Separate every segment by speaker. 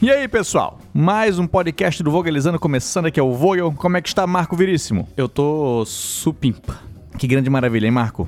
Speaker 1: E aí, pessoal? Mais um podcast do Vogelizando começando aqui é o Vogel. Como é que está, Marco Veríssimo?
Speaker 2: Eu tô supimpa. Hum.
Speaker 1: Que grande maravilha, hein, Marco?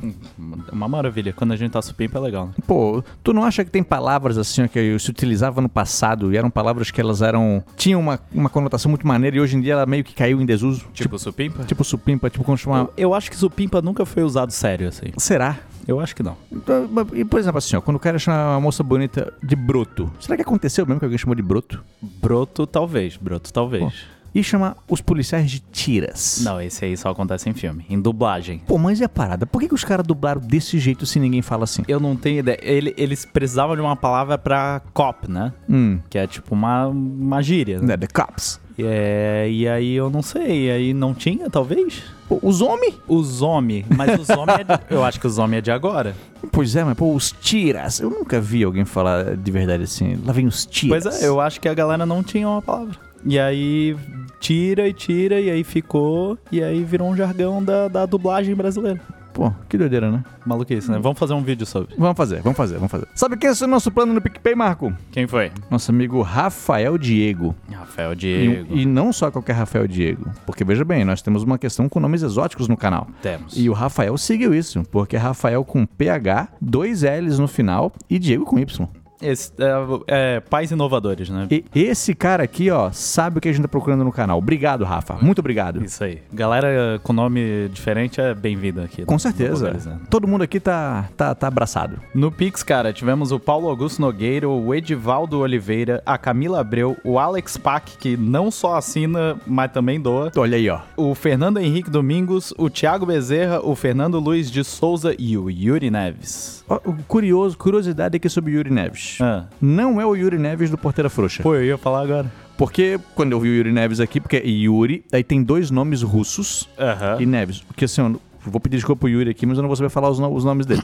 Speaker 2: Uma maravilha. Quando a gente tá supimpa é legal, né?
Speaker 1: Pô, tu não acha que tem palavras assim ó, que se utilizava no passado e eram palavras que elas eram. tinham uma, uma conotação muito maneira e hoje em dia ela meio que caiu em desuso?
Speaker 2: Tipo supimpa?
Speaker 1: Tipo supimpa, tipo como chamar.
Speaker 2: Eu, eu acho que supimpa nunca foi usado sério, assim.
Speaker 1: Será?
Speaker 2: Eu acho que não.
Speaker 1: Então, mas- E por exemplo, assim, ó, quando o cara chama uma moça bonita de broto, será que aconteceu mesmo que alguém chamou de broto?
Speaker 2: Broto, talvez. Broto, talvez.
Speaker 1: E chama os policiais de tiras.
Speaker 2: Não, esse aí só acontece em filme. Em dublagem.
Speaker 1: Pô, mas e a parada? Por que, que os caras dublaram desse jeito se ninguém fala assim?
Speaker 2: Eu não tenho ideia. Ele- eles precisavam de uma palavra pra cop, né?
Speaker 1: Hum.
Speaker 2: Que é tipo uma, uma gíria, né?
Speaker 1: Né, the cops.
Speaker 2: É, e aí eu não sei. Aí não tinha, talvez?
Speaker 1: Pô, os homens?
Speaker 2: Os homens. Mas os homens é de, Eu acho que os homens é de agora.
Speaker 1: Pois é, mas pô, os tiras. Eu nunca vi alguém falar de verdade assim. Lá vem os tiras.
Speaker 2: Pois é, eu acho que a galera não tinha uma palavra. E aí tira e tira, e aí ficou, e aí virou um jargão da, da dublagem brasileira.
Speaker 1: Pô, que doideira, né?
Speaker 2: Maluquice, né? Vamos fazer um vídeo sobre.
Speaker 1: Vamos fazer, vamos fazer, vamos fazer. Sabe quem é o nosso plano no PicPay, Marco?
Speaker 2: Quem foi?
Speaker 1: Nosso amigo Rafael Diego.
Speaker 2: Rafael
Speaker 1: E-
Speaker 2: Diego.
Speaker 1: E, não só qualquer Rafael Diego. Porque veja bem, nós temos uma questão com nomes exóticos no canal.
Speaker 2: Temos.
Speaker 1: E o Rafael seguiu isso, porque é Rafael com PH, dois L's no final e Diego com Y.
Speaker 2: Esse, é, é, pais inovadores, né?
Speaker 1: E esse cara aqui, ó, sabe o que a gente tá procurando no canal. Obrigado, Rafa. Muito obrigado.
Speaker 2: Isso aí. Galera com nome diferente é bem-vinda aqui.
Speaker 1: Com
Speaker 2: no-
Speaker 1: certeza.
Speaker 2: no Vocalizando.
Speaker 1: Todo mundo aqui tá, tá, tá abraçado.
Speaker 2: No Pix, cara, tivemos o Paulo Augusto Nogueira, o Edivaldo Oliveira, a Camila Abreu, o Alex Pack, que não só assina, mas também doa.
Speaker 1: Então, Olha aí, ó.
Speaker 2: o Fernando Henrique Domingos, o Thiago Bezerra, o Fernando Luiz de Souza e o Yuri Neves.
Speaker 1: Ó, o Curioso, curiosidade aqui sobre o Yuri Neves.
Speaker 2: Ah.
Speaker 1: Não é o Yuri Neves do Porteira Frouxa.
Speaker 2: Pô, eu ia falar agora.
Speaker 1: Porque quando eu vi o Yuri Neves aqui, porque é Yuri, aí tem dois nomes russos.
Speaker 2: Aham.
Speaker 1: e Neves. Porque assim, eu não- vou pedir desculpa pro Yuri aqui, mas eu não vou saber falar os, no- os nomes dele.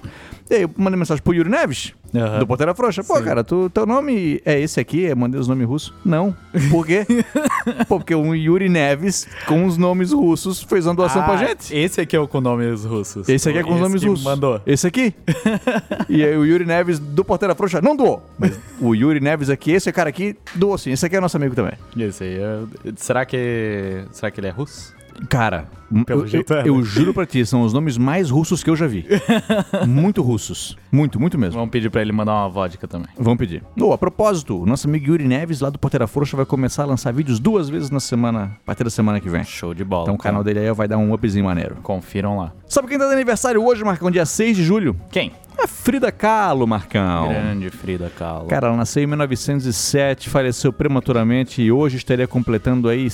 Speaker 1: E aí eu mandei mensagem pro Yuri Neves,
Speaker 2: Aham.
Speaker 1: do Porteira Frouxa. Pô, cara, tu, teu nome é esse aqui? Eu mandei os nomes russos? Não. Por quê? Pô, porque um Yuri Neves, com os nomes russos, fez uma doação pra gente.
Speaker 2: Ah, Esse aqui é o com nomes russos.
Speaker 1: Esse aqui é com os nomes
Speaker 2: que
Speaker 1: russos.
Speaker 2: mandou.
Speaker 1: Esse aqui? e aí o Yuri Neves do Porteira Frouxa não doou. Mas o Yuri Neves aqui, esse cara aqui, doou sim. Esse aqui é nosso amigo também.
Speaker 2: Esse aí. é- Será que. Será que ele é russo?
Speaker 1: Cara,
Speaker 2: Pelo
Speaker 1: eu,
Speaker 2: jeito
Speaker 1: eu-
Speaker 2: é, né?
Speaker 1: eu juro pra ti, são os nomes mais russos que eu já vi. muito russos. Muito, muito mesmo.
Speaker 2: Vamos pedir pra ele mandar uma vodka também.
Speaker 1: Vão pedir. Ô, a propósito, o nosso amigo Yuri Neves, lá do Porteira Frouxa, vai começar a lançar vídeos duas vezes na semana, a partir da semana que vem.
Speaker 2: É Show de bola.
Speaker 1: Então o canal dele aí vai dar um upzinho maneiro.
Speaker 2: Confiram lá.
Speaker 1: Sabe quem tá de aniversário hoje, Marcão? Dia 6 de julho?
Speaker 2: Quem?
Speaker 1: A Frida Kahlo, Marcão.
Speaker 2: Grande Frida Kahlo.
Speaker 1: Cara, ela nasceu em 1907, faleceu prematuramente e hoje estaria completando aí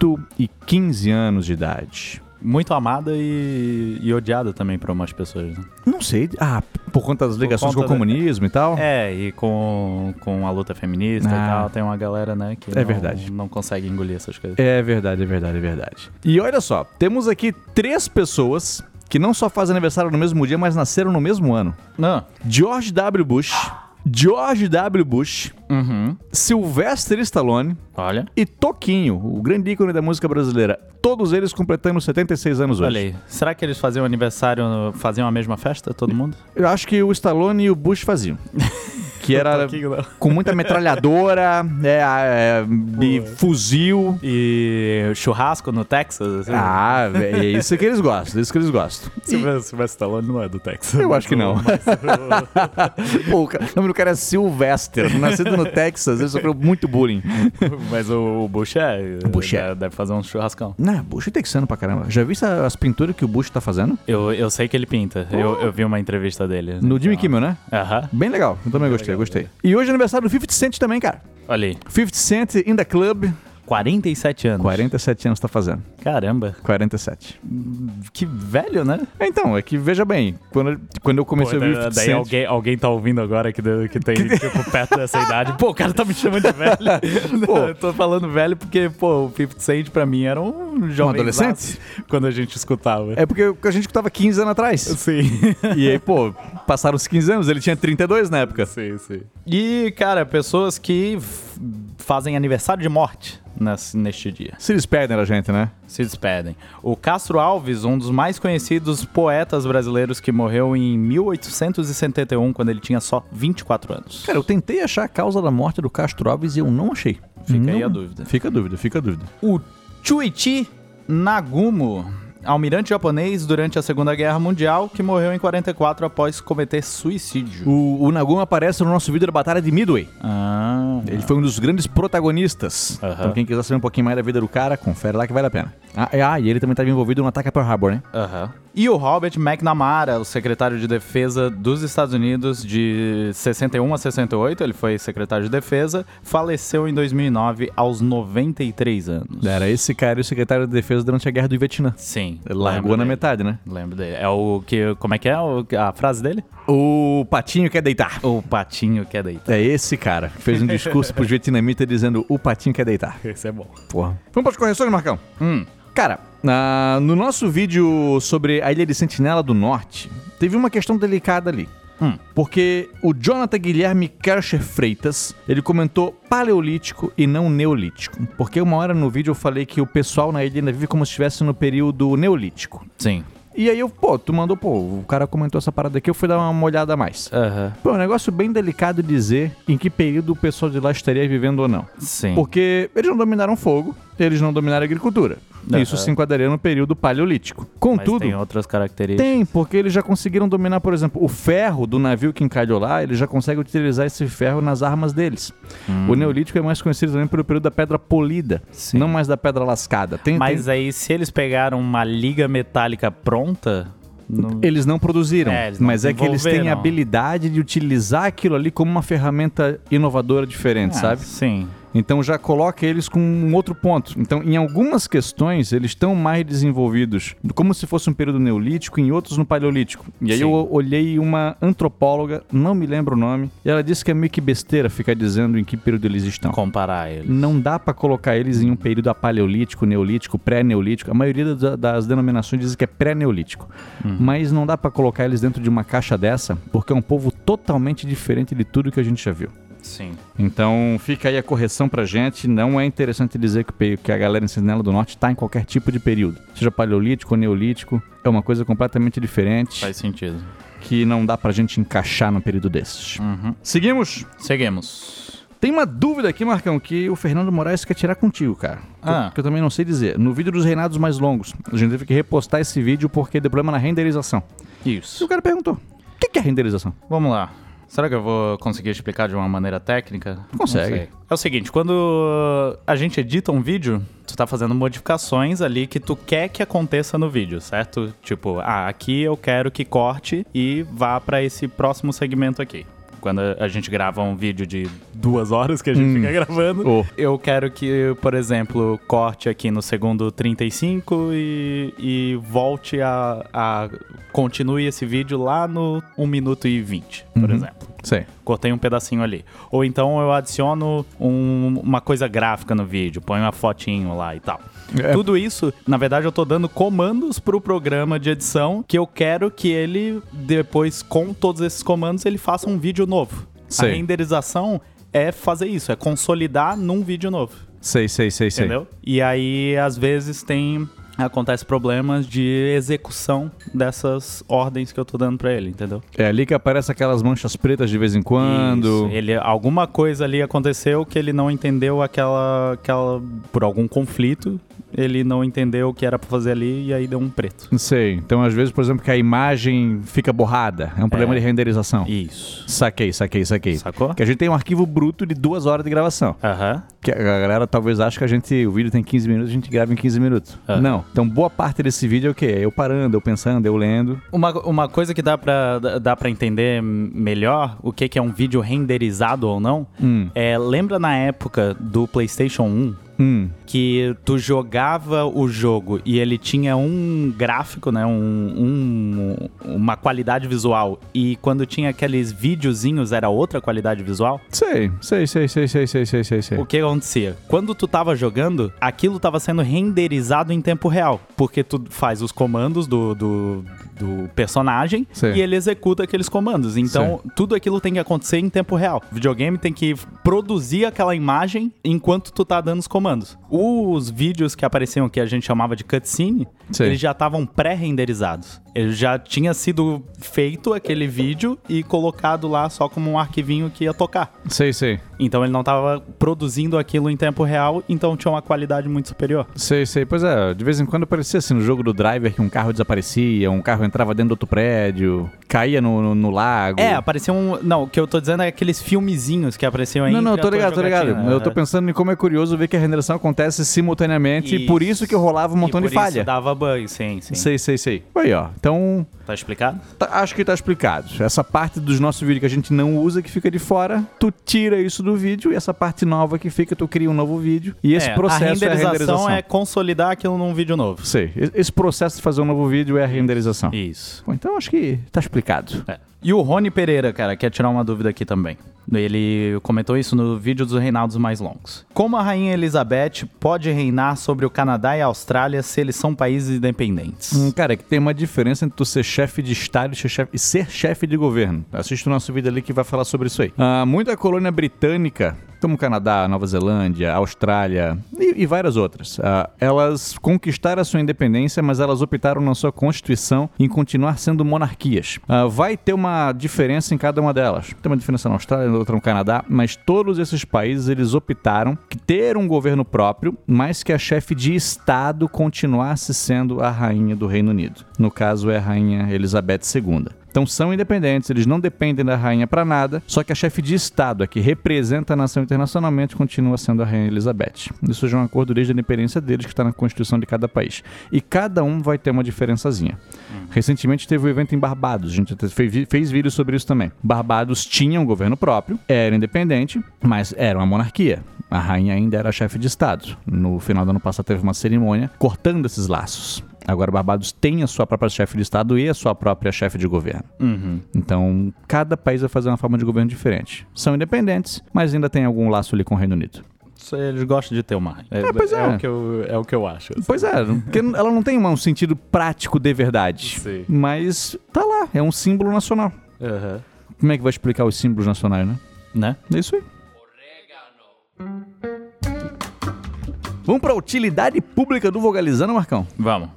Speaker 1: 115 anos de idade.
Speaker 2: Muito amada e, e odiada também por umas pessoas, né?
Speaker 1: Não sei. Ah, por conta das ligações
Speaker 2: conta
Speaker 1: com o
Speaker 2: da-
Speaker 1: comunismo e tal?
Speaker 2: É, e com, com a luta feminista
Speaker 1: Ah.
Speaker 2: e tal, tem uma galera, né, que
Speaker 1: É
Speaker 2: não,
Speaker 1: verdade.
Speaker 2: não consegue engolir essas coisas.
Speaker 1: É verdade, é verdade, é verdade. E olha só, temos aqui três pessoas que não só fazem aniversário no mesmo dia, mas nasceram no mesmo ano.
Speaker 2: Não.
Speaker 1: George W. Bush, George W. Bush,
Speaker 2: Uhum.
Speaker 1: Sylvester Stallone
Speaker 2: Olha.
Speaker 1: e Toquinho, o grande ícone da música brasileira. Todos eles completando 76 anos hoje.
Speaker 2: Olha aí. Será que eles faziam aniversário, no- faziam a mesma festa, todo mundo?
Speaker 1: Eu acho que o Stallone e o Bush faziam. Que era
Speaker 2: Toquinho, não.
Speaker 1: com muita metralhadora, é, é, e fuzil.
Speaker 2: E churrasco no Texas? Assim?
Speaker 1: Ah, é isso que eles gostam, é isso que eles gostam.
Speaker 2: Silvestre Stallone não é do Texas.
Speaker 1: Eu acho que não. Pô, o ca- o nome do cara é Sylvester, nascido no Texas, ele sofreu muito bullying.
Speaker 2: Mas o Bush é. O
Speaker 1: Bush é.
Speaker 2: Deve, deve fazer um churrascão.
Speaker 1: Não, Bush é texano pra caramba. Já viste a- as pinturas que o Bush tá fazendo?
Speaker 2: Eu, eu sei que ele pinta. Eu, eu vi uma entrevista dele.
Speaker 1: No Jimmy Kimmel, né?
Speaker 2: Aham.
Speaker 1: Bem legal, eu também gostei, gostei. E hoje é aniversário do 50 Cent também, cara.
Speaker 2: Olha aí.
Speaker 1: 50 Cent in the club,
Speaker 2: 47 anos.
Speaker 1: 47 anos tá fazendo,
Speaker 2: Caramba.
Speaker 1: 47.
Speaker 2: Que velho, né?
Speaker 1: Então, é que veja bem, quando, quando eu
Speaker 2: Pô,
Speaker 1: comecei a
Speaker 2: da-
Speaker 1: ouvir 50
Speaker 2: daí
Speaker 1: Cent...
Speaker 2: alguém, alguém tá ouvindo agora que, deu- que tem, tipo, perto dessa idade. Pô, o cara tá me chamando de velho.
Speaker 1: Pô.
Speaker 2: eu tô falando velho porque, pô, o 50 Cent pra mim era um jovem.
Speaker 1: adolescente?
Speaker 2: Quando a gente escutava.
Speaker 1: É porque a gente tava 15 anos atrás.
Speaker 2: Sim.
Speaker 1: E aí, pô, passaram os 15 anos, ele tinha 32 na época.
Speaker 2: sim, sim. E, cara, pessoas que f- fazem aniversário de morte. nas- neste dia.
Speaker 1: Se eles perdem a gente, né?
Speaker 2: Se despedem. O Castro Alves, um dos mais conhecidos poetas brasileiros que morreu em 1871, quando ele tinha só 24 anos.
Speaker 1: Cara, eu tentei achar a causa da morte do Castro Alves e eu não achei.
Speaker 2: Fica aí
Speaker 1: Não-
Speaker 2: a dúvida.
Speaker 1: Fica a dúvida, fica a dúvida.
Speaker 2: O Chuichi Nagumo, almirante japonês durante a Segunda Guerra Mundial, que morreu em 44 após cometer suicídio.
Speaker 1: O, o Naguma aparece no nosso vídeo da Batalha de Midway.
Speaker 2: Ah,
Speaker 1: Ele foi um dos grandes protagonistas.
Speaker 2: Aham.
Speaker 1: Então, quem quiser saber um pouquinho mais da vida do cara, confere lá que vale a pena. Ah, é, ah, e ele também estava envolvido no ataque a Pearl Harbor, né?
Speaker 2: Aham. E o Robert McNamara, o secretário de Defesa dos Estados Unidos de 61 a 68, ele foi secretário de Defesa, faleceu em 2009 aos 93 anos.
Speaker 1: Era esse cara e o secretário de defesa durante a guerra do Vietnã.
Speaker 2: Sim.
Speaker 1: Ele largou
Speaker 2: lembro
Speaker 1: na
Speaker 2: dele.
Speaker 1: metade, né?
Speaker 2: Lembro dele. É o que. Como é que é o- a frase dele?
Speaker 1: O patinho quer deitar.
Speaker 2: O patinho quer deitar.
Speaker 1: É esse cara que fez um discurso pro vietnamita dizendo o patinho quer deitar.
Speaker 2: Isso é bom.
Speaker 1: Porra. Vamos para as correções, Marcão?
Speaker 2: Hum.
Speaker 1: Cara, na- no nosso vídeo sobre a Ilha de Sentinela do Norte, teve uma questão delicada ali.
Speaker 2: Hum.
Speaker 1: Porque o Jonathan Guilherme Kercher Freitas, ele comentou paleolítico e não neolítico. Porque uma hora no vídeo eu falei que o pessoal na ilha ainda vive como se estivesse no período neolítico.
Speaker 2: Sim.
Speaker 1: E aí eu, pô, tu mandou, pô, o cara comentou essa parada aqui, eu fui dar uma olhada a mais.
Speaker 2: Aham.
Speaker 1: Pô, é um negócio bem delicado dizer em que período o pessoal de lá estaria vivendo ou não.
Speaker 2: Sim.
Speaker 1: Porque eles não dominaram fogo, eles não dominaram a agricultura.
Speaker 2: Aham.
Speaker 1: Isso se enquadraria no período paleolítico.
Speaker 2: É. Mas
Speaker 1: Contudo,
Speaker 2: tem outras características.
Speaker 1: tem, porque eles já conseguiram dominar, por exemplo, o ferro do navio que encalhou lá, eles já conseguem utilizar esse ferro nas armas deles. O Neolítico é mais conhecido também pelo período da pedra polida,
Speaker 2: Hum. Sim.
Speaker 1: não mais da pedra lascada. Tem,
Speaker 2: Mas é-
Speaker 1: tem-
Speaker 2: aí, se eles pegaram uma liga metálica pronta. não-
Speaker 1: Eles não produziram,
Speaker 2: É, eles não
Speaker 1: mas é que eles têm a
Speaker 2: desenvolveram.
Speaker 1: habilidade de utilizar aquilo ali como uma ferramenta inovadora diferente,
Speaker 2: Ah,
Speaker 1: sabe?
Speaker 2: Sim.
Speaker 1: Então já coloca eles com um outro ponto. Então, em algumas questões, eles estão mais desenvolvidos, como se fosse um período neolítico, em outros no paleolítico. E aí
Speaker 2: Sim.
Speaker 1: eu olhei uma antropóloga, não me lembro o nome, e ela disse que é meio que besteira ficar dizendo em que período eles estão.
Speaker 2: Comparar ele.
Speaker 1: Não dá pra colocar eles em um período paleolítico, neolítico, pré-neolítico. A maioria da- das denominações dizem que é pré-neolítico. Mas não dá pra colocar eles dentro de uma caixa dessa, porque é um povo totalmente diferente de tudo que a gente já viu.
Speaker 2: Sim.
Speaker 1: Então fica aí a correção pra gente. Não é interessante dizer que, o pe- que a galera em Sentinela do Norte tá em qualquer tipo de período. Seja paleolítico ou neolítico, é uma coisa completamente diferente
Speaker 2: Faz sentido.
Speaker 1: que não dá pra gente encaixar num período desses. Seguimos.
Speaker 2: Uhum. Seguimos.
Speaker 1: Tem uma dúvida aqui, Marcão, que o Fernando Moraes quer tirar contigo, cara.
Speaker 2: Ah.
Speaker 1: Que, que eu também não sei dizer. No vídeo dos reinados mais longos, a gente teve que repostar esse vídeo porque deu problema na renderização. E
Speaker 2: Isso.
Speaker 1: o cara perguntou: o que que é renderização?
Speaker 2: Vamos lá. Será que eu vou conseguir explicar de uma maneira técnica?
Speaker 1: Consegue.
Speaker 2: Não sei. É o seguinte, quando a gente edita um vídeo, tu tá fazendo modificações ali que tu quer que aconteça no vídeo, certo? Tipo, ah, aqui eu quero que corte e vá pra esse próximo segmento aqui. Quando a gente grava um vídeo de duas horas que a gente fica gravando,
Speaker 1: Oh.
Speaker 2: eu quero que, por exemplo, corte aqui no segundo 35 e, e volte a, a- continue esse vídeo lá no 1 minuto e 20, por exemplo.
Speaker 1: Sei.
Speaker 2: Cortei um pedacinho ali. Ou então eu adiciono um- uma coisa gráfica no vídeo, ponho uma fotinho lá e tal.
Speaker 1: É.
Speaker 2: Tudo isso, na verdade, eu tô dando comandos pro programa de edição que eu quero que ele, depois, com todos esses comandos, ele faça um vídeo novo.
Speaker 1: Sei.
Speaker 2: A renderização é fazer isso, é consolidar num vídeo novo.
Speaker 1: Sei, sei, sei, sei.
Speaker 2: Entendeu? E aí, às vezes, tem. Acontece problemas de execução dessas ordens que eu tô dando pra ele, entendeu?
Speaker 1: É ali que aparece aquelas manchas pretas de vez em quando.
Speaker 2: Isso, ele, alguma coisa ali aconteceu que ele não entendeu aquela, aquela. Por algum conflito, ele não entendeu o que era pra fazer ali e aí deu um preto.
Speaker 1: Não sei. Então, às vezes, por exemplo, que a imagem fica borrada. É um problema
Speaker 2: É.
Speaker 1: de renderização.
Speaker 2: Isso.
Speaker 1: Saquei, saquei, saquei.
Speaker 2: Sacou?
Speaker 1: Que a gente tem um arquivo bruto de duas horas de gravação.
Speaker 2: Aham.
Speaker 1: Que a galera talvez ache que a gente, o vídeo tem 15 minutos, a gente grava em 15 minutos.
Speaker 2: Ah.
Speaker 1: Não. Então, boa parte desse vídeo é o quê? É Eu parando, eu pensando, eu lendo.
Speaker 2: Uma, uma coisa que dá pra, dá pra entender melhor o que, que é um vídeo renderizado ou não
Speaker 1: Hum.
Speaker 2: é. Lembra na época do PlayStation 1
Speaker 1: Hum.
Speaker 2: que tu jogava o jogo e ele tinha um gráfico, né? Um, um- uma qualidade visual. E quando tinha aqueles videozinhos era outra qualidade visual.
Speaker 1: Sei, sei, sei, sei, sei, sei, sei, sei, sei.
Speaker 2: O que acontecia? Quando tu tava jogando, aquilo tava sendo renderizado em tempo real. Porque tu faz os comandos do, do, do personagem
Speaker 1: Sim.
Speaker 2: e ele executa aqueles comandos. Então, tudo aquilo tem que acontecer em tempo real. O videogame tem que produzir aquela imagem enquanto tu tá dando os comandos. Os vídeos que apareciam que a gente chamava de cutscene,
Speaker 1: Sim.
Speaker 2: eles já estavam pré-renderizados. Ele já tinha sido feito aquele vídeo e colocado lá só como um arquivinho que ia tocar.
Speaker 1: Sei, sei.
Speaker 2: Então ele não tava produzindo aquilo em tempo real, então tinha uma qualidade muito superior.
Speaker 1: Sei, sei. Pois é, de vez em quando aparecia assim no jogo do Driver que um carro desaparecia, um carro entrava dentro do outro prédio, caía no, no- no lago.
Speaker 2: É, aparecia um. Não, o que eu tô dizendo é aqueles filmezinhos que apareciam aí.
Speaker 1: Não, não, eu
Speaker 2: entre
Speaker 1: tô
Speaker 2: a tua
Speaker 1: ligado, tô ligado.
Speaker 2: jogatina.
Speaker 1: Eu tô pensando em como é curioso ver que a renderação acontece simultaneamente e por isso que rolava um
Speaker 2: E
Speaker 1: montão
Speaker 2: por
Speaker 1: de falha.
Speaker 2: Isso dava bug, sim, sim.
Speaker 1: Sei, sei, sei. Aí, ó. Então,
Speaker 2: Tá explicado?
Speaker 1: tá- acho que tá explicado. Essa parte dos nossos vídeos que a gente não usa, que fica de fora, tu tira isso do vídeo e essa parte nova que fica, tu cria um novo vídeo. E esse
Speaker 2: É, a
Speaker 1: processo é a
Speaker 2: renderização
Speaker 1: renderização.
Speaker 2: é consolidar aquilo num vídeo novo.
Speaker 1: Sei. E- Esse processo de fazer um novo vídeo é a renderização.
Speaker 2: Isso.
Speaker 1: Bom, então acho que tá explicado.
Speaker 2: É. E o Rony Pereira, cara, quer tirar uma dúvida aqui também. Ele comentou isso no vídeo dos reinados mais longos. Como a rainha Elizabeth pode reinar sobre o Canadá e a Austrália se eles são países independentes?
Speaker 1: Hum, cara, é que tem uma diferença entre tu ser chefe de Estado e ser chefe, e ser chefe de governo. Assiste o nosso vídeo ali que vai falar sobre isso aí. Ah, muita colônia britânica, como Canadá, Nova Zelândia, Austrália e, e várias outras, ah, elas conquistaram a sua independência, mas elas optaram na sua constituição em continuar sendo monarquias. Ah, vai ter uma diferença em cada uma delas. Tem uma diferença na Austrália, outra no Canadá, mas todos esses países eles optaram que ter um governo próprio, mas que a chefe de Estado continuasse sendo a rainha do Reino Unido. No caso, é a rainha Elizabeth II. Então são independentes, eles não dependem da rainha para nada, só que a chefe de Estado, a que representa a nação internacionalmente, continua sendo a rainha Elizabeth. Isso já é um acordo desde a independência deles, que está na Constituição de cada país. E cada um vai ter uma diferençazinha. Recentemente teve um evento em Barbados, a gente até fe- vi- fez vídeo sobre isso também. Barbados tinha um governo próprio, era independente, mas era uma monarquia. A rainha ainda era chefe de Estado. No final do ano passado teve uma cerimônia cortando esses laços. Agora Barbados tem a sua própria chefe de Estado e a sua própria chefe de governo.
Speaker 2: Uhum.
Speaker 1: Então, cada país vai fazer uma forma de governo diferente. São independentes, mas ainda tem algum laço ali com o Reino Unido.
Speaker 2: Isso Eles gostam de ter uma rainha.
Speaker 1: É, pois é.
Speaker 2: o que eu, é o que eu acho.
Speaker 1: Pois é, porque ela não tem uma- um sentido prático de verdade.
Speaker 2: Sim.
Speaker 1: Mas tá lá, é um símbolo nacional.
Speaker 2: Uhum.
Speaker 1: Como é que vai explicar os símbolos nacionais, né?
Speaker 2: Né?
Speaker 1: É isso aí. Vamos pra utilidade pública do Vogalizando, Marcão.
Speaker 2: Vamos.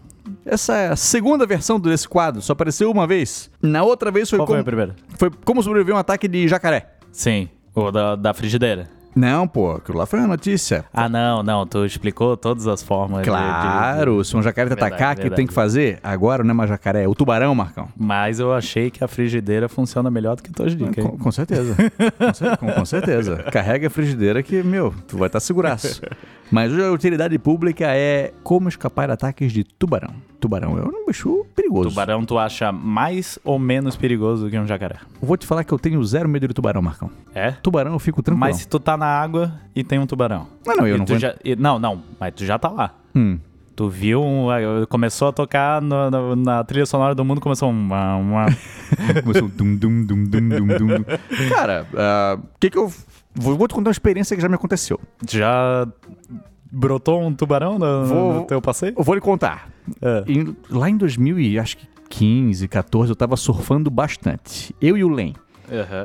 Speaker 1: Essa é a segunda versão desse quadro, só apareceu uma vez. Na outra vez foi,
Speaker 2: Qual foi a
Speaker 1: como,
Speaker 2: primeira?
Speaker 1: foi como sobreviver a um ataque de jacaré.
Speaker 2: Sim, o da, da frigideira.
Speaker 1: Não, pô, aquilo lá foi uma notícia.
Speaker 2: Ah, não, não. Tu explicou todas as formas. de- de-
Speaker 1: Claro, se um jacaré te
Speaker 2: Verdade,
Speaker 1: atacar, o que
Speaker 2: verdade.
Speaker 1: tem que fazer? Agora não é mais jacaré, é o tubarão, Marcão.
Speaker 2: de- Mas eu achei que a frigideira funciona melhor do que tuas dicas. hein?
Speaker 1: Com, com certeza. com, cer- com- com certeza. Carrega a frigideira que, meu, tu vai estar seguraço. Mas hoje a utilidade pública é como escapar de ataques de tubarão. Tubarão é um bicho perigoso.
Speaker 2: Tubarão tu acha mais ou menos perigoso do que um jacaré?
Speaker 1: Eu Vou te falar que eu tenho zero medo de tubarão, Marcão.
Speaker 2: É?
Speaker 1: Tubarão eu fico tranquilo.
Speaker 2: Mas se tu tá na água e tem um tubarão.
Speaker 1: Não, não, Então. eu
Speaker 2: E
Speaker 1: não
Speaker 2: tu
Speaker 1: vou-
Speaker 2: já- e- não, não, mas tu já tá lá.
Speaker 1: Hum.
Speaker 2: Tu viu, um- começou a tocar no- no- na trilha sonora do mundo, começou uma... uma...
Speaker 1: Começou um dum, dum, dum, dum, dum, dum. Cara, ah, o que que eu... Vou, vou te contar uma experiência que já me aconteceu.
Speaker 2: Já brotou um tubarão no,
Speaker 1: Vou-
Speaker 2: no teu passeio?
Speaker 1: Eu vou lhe contar.
Speaker 2: É.
Speaker 1: Em- lá em 2015, 14, eu tava surfando bastante. Eu e o Len.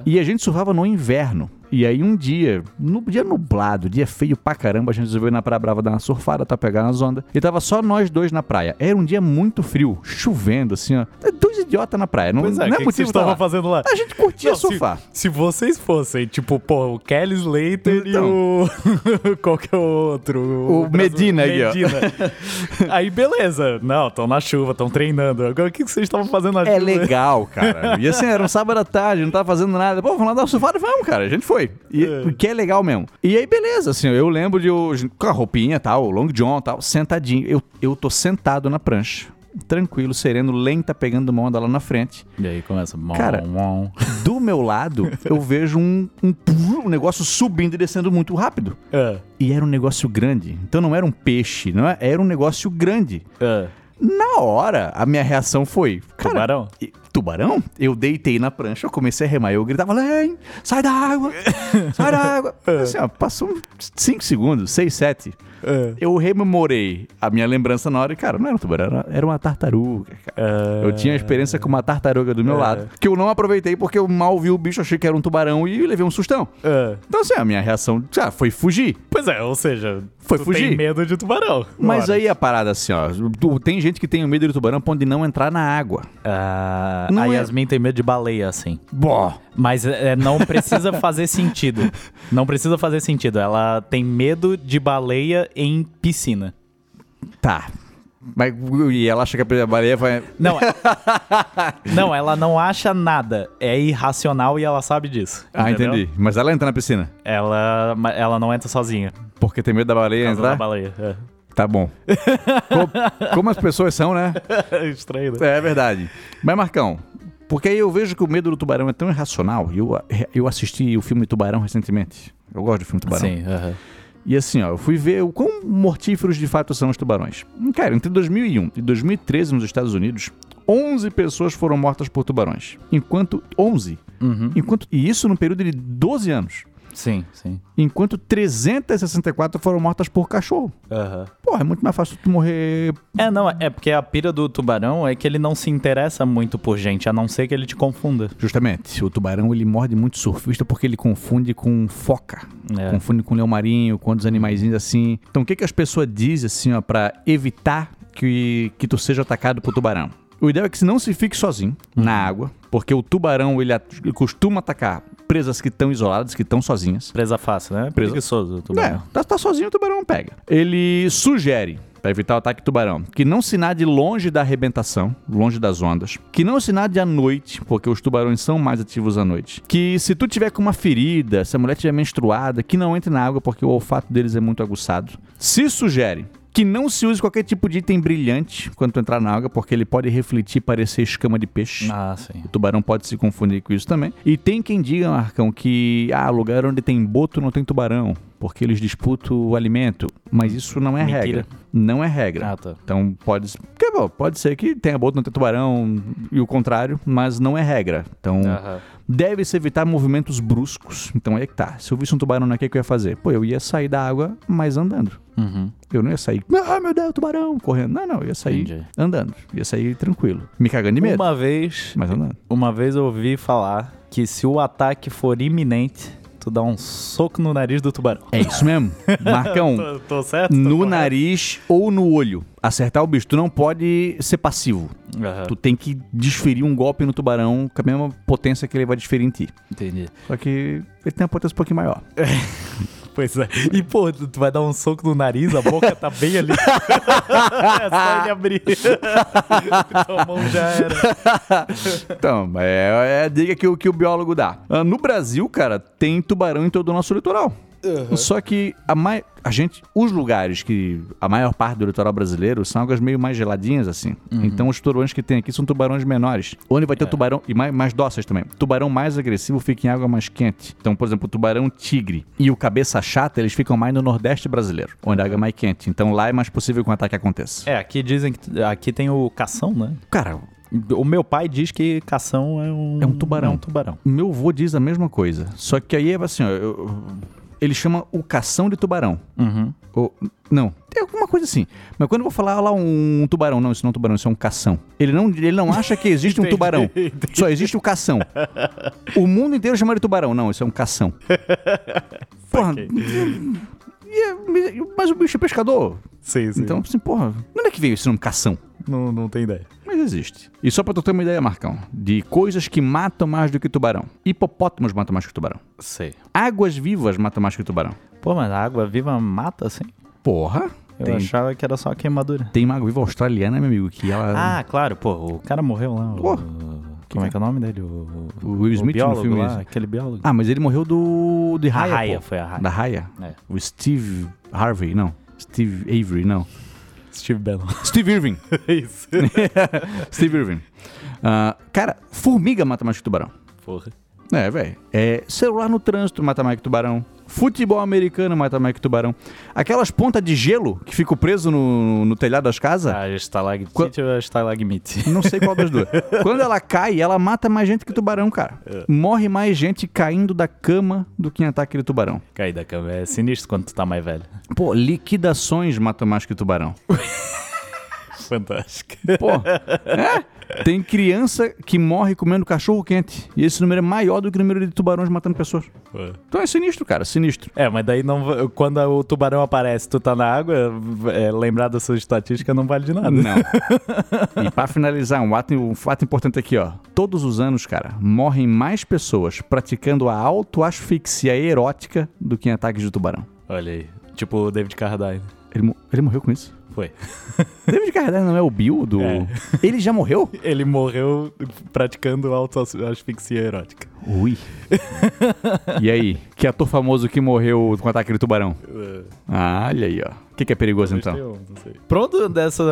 Speaker 1: E a gente surfava no inverno. E aí um dia, no dia nublado, dia feio pra caramba, a gente resolveu ir na Praia Brava dar uma surfada, tá pegando as ondas. E tava só nós dois na praia. Era um dia muito frio, chovendo, assim, ó. É Dois idiotas na praia. Não,
Speaker 2: Pois
Speaker 1: não
Speaker 2: é, o
Speaker 1: é
Speaker 2: que, que vocês
Speaker 1: motivo pra
Speaker 2: estavam
Speaker 1: lá.
Speaker 2: fazendo lá?
Speaker 1: A gente curtia
Speaker 2: Não, se-
Speaker 1: surfar.
Speaker 2: Se, vocês fossem, tipo, pô, o Kelly Slater e o. qualquer outro.
Speaker 1: Então. O Medina aí, ó.
Speaker 2: Medina. aí, beleza. Não, estão na chuva, estão treinando. Agora, o que, que vocês estavam fazendo na
Speaker 1: É
Speaker 2: chuva?
Speaker 1: legal, cara. E assim, era um sábado à tarde, não tava fazendo nada. Pô, vamos lá dar uma surfada? Vamos, cara. A gente foi. E
Speaker 2: É.
Speaker 1: o que é legal mesmo. E aí, beleza, assim, eu lembro de eu, com a roupinha tal, long john tal, sentadinho. Eu, eu tô sentado na prancha. Tranquilo, sereno, lenta, pegando uma onda lá na frente.
Speaker 2: E aí começa. mom,
Speaker 1: Cara.
Speaker 2: mom.
Speaker 1: Do meu lado, eu vejo um, um, um negócio subindo e descendo muito rápido.
Speaker 2: É,
Speaker 1: E era um negócio grande. Então não era um peixe, não é? era um negócio grande.
Speaker 2: é.
Speaker 1: Na hora, a minha reação foi: cara,
Speaker 2: Tubarão?
Speaker 1: E- Tubarão? Eu deitei na prancha, eu comecei a remar. Eu gritava, Len, sai da água, sai da água. Assim, ó, passou uns 5 segundos, 6, 7.
Speaker 2: É.
Speaker 1: Eu rememorei a minha lembrança na hora e, cara, não era um tubarão, era, era uma tartaruga, cara.
Speaker 2: É.
Speaker 1: Eu tinha a experiência com uma tartaruga do meu lado, que eu não aproveitei porque eu mal vi o bicho, achei que era um tubarão e levei um sustão.
Speaker 2: É.
Speaker 1: Então, assim, a minha reação ah, foi fugir.
Speaker 2: Pois é, ou seja,
Speaker 1: Foi
Speaker 2: tu
Speaker 1: fugir.
Speaker 2: tem medo de tubarão.
Speaker 1: Mas
Speaker 2: Ora.
Speaker 1: aí a parada assim, ó. tu- Tem gente que tem medo do tubarão a ponto de não entrar na água.
Speaker 2: Ah,
Speaker 1: Não
Speaker 2: a
Speaker 1: é-
Speaker 2: Yasmin tem medo de baleia, assim.
Speaker 1: Bom.
Speaker 2: Mas é, não precisa fazer sentido. Não precisa fazer sentido. Ela tem medo de baleia em piscina.
Speaker 1: Tá. Mas, e ela acha que a baleia vai.
Speaker 2: Não, é- não, ela não acha nada. É irracional e ela sabe disso.
Speaker 1: Ah,
Speaker 2: entendeu?
Speaker 1: entendi. Mas ela entra na piscina.
Speaker 2: Ela, ma- ela não entra sozinha.
Speaker 1: Porque tem medo da baleia
Speaker 2: Ela da
Speaker 1: entrar?
Speaker 2: baleia. É.
Speaker 1: Tá bom. Co- como as pessoas são, né?
Speaker 2: Estranho, né?
Speaker 1: É verdade. Mas, Marcão, porque aí eu vejo que o medo do tubarão é tão irracional. E eu, eu assisti o filme Tubarão recentemente. Eu gosto do filme Tubarão.
Speaker 2: Sim, aham.
Speaker 1: E assim, ó, eu fui ver o quão mortíferos de fato são os tubarões. Cara, entre 2001 e 2013 nos Estados Unidos, 11 pessoas foram mortas por tubarões. Enquanto 11,
Speaker 2: Uhum.
Speaker 1: enquanto e isso num período de 12 anos.
Speaker 2: sim, sim.
Speaker 1: Enquanto 364 foram mortas por cachorro.
Speaker 2: Aham.
Speaker 1: Porra, é muito mais fácil tu morrer.
Speaker 2: É, não, é porque a pira do tubarão é que ele não se interessa muito por gente, a não ser que ele te confunda.
Speaker 1: Justamente, o tubarão ele morde muito surfista porque ele confunde com foca.
Speaker 2: É.
Speaker 1: Confunde com leão marinho, com outros animaizinhos assim. Então o que, que as pessoas dizem assim, ó, pra evitar que, que tu seja atacado por tubarão? O ideal é que você não se fique sozinho na água, porque o tubarão ele, at- ele costuma atacar presas que estão isoladas, que estão sozinhas.
Speaker 2: Presa fácil, né?
Speaker 1: Presa-
Speaker 2: Preguiçoso o
Speaker 1: É,
Speaker 2: tubarão.
Speaker 1: tá, tá sozinho, o tubarão não pega. Ele sugere, para evitar o ataque do tubarão, que não se nade longe da arrebentação, longe das ondas, que não se nade à noite, porque os tubarões são mais ativos à noite, que se tu tiver com uma ferida, se a mulher tiver menstruada, que não entre na água porque o olfato deles é muito aguçado. Se sugere que não se use qualquer tipo de item brilhante quando tu entrar na água, porque ele pode refletir e parecer escama de peixe.
Speaker 2: Ah, sim.
Speaker 1: O tubarão pode se confundir com isso também. E tem quem diga, Marcão, que ah, lugar onde tem boto não tem tubarão, porque eles disputam o alimento. Mas isso não é
Speaker 2: Mentira.
Speaker 1: regra. Não é regra.
Speaker 2: Ah, tá.
Speaker 1: Então pode, porque, bom, pode ser que tenha boto, não tenha tubarão e o contrário, mas não é regra. Então
Speaker 2: Aham.
Speaker 1: deve-se evitar movimentos bruscos. Então é que tá. Se eu visse um tubarão na o que que eu ia fazer? Pô, eu ia sair da água, mas andando.
Speaker 2: Uhum.
Speaker 1: Eu não ia sair, ah, meu Deus, tubarão, correndo. Não, não, eu ia sair
Speaker 2: Entendi.
Speaker 1: andando. Ia sair tranquilo. Me cagando de medo,
Speaker 2: Uma vez,
Speaker 1: mas andando.
Speaker 2: uma vez eu ouvi falar que se o ataque for iminente, tu dá um soco no nariz do tubarão.
Speaker 1: É isso mesmo. Marcão,
Speaker 2: tô certo?
Speaker 1: no nariz ou no olho. Acertar o bicho. Tu não pode ser passivo.
Speaker 2: Tá.
Speaker 1: Tu tem que desferir um golpe no tubarão com a mesma potência que ele vai desferir em ti.
Speaker 2: Entendi.
Speaker 1: Só que ele tem uma potência um pouquinho maior.
Speaker 2: Pois é. E, pô, tu tu vai dar um soco no nariz, a boca tá bem ali. é só ele abrir. Tua mão já era.
Speaker 1: Então, é, é a dica que, o- que o biólogo dá. Ah, No Brasil, cara, tem tubarão em todo o nosso litoral. Só que a, mai... a gente, os lugares que a maior parte do litoral brasileiro são águas meio mais geladinhas assim. Então os tubarões que tem aqui são tubarões menores. Onde vai ter tubarão e mais, mais dóceis também. Tubarão mais agressivo fica em água mais quente. Então, por exemplo, o tubarão tigre e o cabeça chata, eles ficam mais no nordeste brasileiro, onde a água é mais quente. Então lá é mais possível que um ataque aconteça.
Speaker 2: É, aqui dizem que aqui tem o cação, né?
Speaker 1: Cara,
Speaker 2: O meu pai diz que cação é um...
Speaker 1: É um tubarão.
Speaker 2: É um tubarão.
Speaker 1: Meu avô diz a mesma coisa. Só que aí é assim, ó. eu- eu- ele chama o cação de tubarão.
Speaker 2: Uhum.
Speaker 1: Ou, não, tem alguma coisa assim. Mas quando eu vou falar lá um tubarão, não, isso não é um tubarão, isso é um cação. Ele não, ele não acha que existe um tubarão. Só existe o cação. O mundo inteiro chama de tubarão. Não, isso é um cação. Porra. e é- mas o bicho é pescador.
Speaker 2: Sim, sim.
Speaker 1: Então, assim, porra, de onde é que veio esse nome cação?
Speaker 2: não, não tem ideia.
Speaker 1: Mas existe. E só pra tu ter uma ideia, Marcão, de coisas que matam mais do que tubarão. Hipopótamos matam mais que tubarão.
Speaker 2: Sei.
Speaker 1: Águas vivas matam mais que tubarão.
Speaker 2: Pô, mas a água viva mata, assim?
Speaker 1: Porra!
Speaker 2: Eu
Speaker 1: Tem,
Speaker 2: achava que era só queimadura.
Speaker 1: tem uma água viva australiana, meu amigo, que ela.
Speaker 2: Ah, claro, pô, o cara morreu lá. o-
Speaker 1: Pô.
Speaker 2: como é que é o nome dele? O,
Speaker 1: O Will Smith no
Speaker 2: biólogo
Speaker 1: filme
Speaker 2: lá,
Speaker 1: mesmo.
Speaker 2: aquele biólogo.
Speaker 1: Ah, mas ele morreu do. de raia.
Speaker 2: raia,
Speaker 1: pô.
Speaker 2: foi a raia.
Speaker 1: Da raia?
Speaker 2: É.
Speaker 1: O Steve Harvey, não. Steve Avery, não.
Speaker 2: Steve Bannon.
Speaker 1: Steve Irving.
Speaker 2: Isso.
Speaker 1: Steve Irving. Ah, cara, formiga mata mais que tubarão.
Speaker 2: Porra.
Speaker 1: É, velho. É, celular no trânsito mata mais que tubarão. futebol americano, mata mais que tubarão. Aquelas pontas de gelo que ficam preso no, no telhado das casas.
Speaker 2: A estalagmite
Speaker 1: Qua-
Speaker 2: Tá, ou a estalagmite?
Speaker 1: Não sei qual das duas. Quando ela cai, ela mata mais gente que tubarão, cara. Morre mais gente caindo da cama do que em ataque de tubarão.
Speaker 2: Cair da cama é sinistro quando tu tá mais velho.
Speaker 1: Pô, liquidações matam mais que tubarão.
Speaker 2: Fantástico.
Speaker 1: Pô, é? Tem criança que morre comendo cachorro quente. E esse número é maior do que o número de tubarões matando pessoas. Então é sinistro, cara, sinistro.
Speaker 2: É, mas daí não, va- quando o tubarão aparece, tu tá na água, é, lembrar dessa estatística não vale de nada.
Speaker 1: Não. E pra finalizar, um ato, um fato importante aqui, ó. Todos os anos, cara, morrem mais pessoas praticando a autoasfixia erótica do que em ataques de tubarão.
Speaker 2: Olha aí. Tipo o David Carradine.
Speaker 1: Ele, mo- ele morreu com isso?
Speaker 2: Foi.
Speaker 1: David Carradine não é o Bill do...
Speaker 2: É.
Speaker 1: Ele já morreu?
Speaker 2: Ele morreu praticando autoasfixia erótica.
Speaker 1: Ui. E aí, que ator famoso que morreu com ataque de tubarão?
Speaker 2: É.
Speaker 1: Ah, olha aí, ó. O que, que é perigoso, então?
Speaker 2: Pronto, dessa,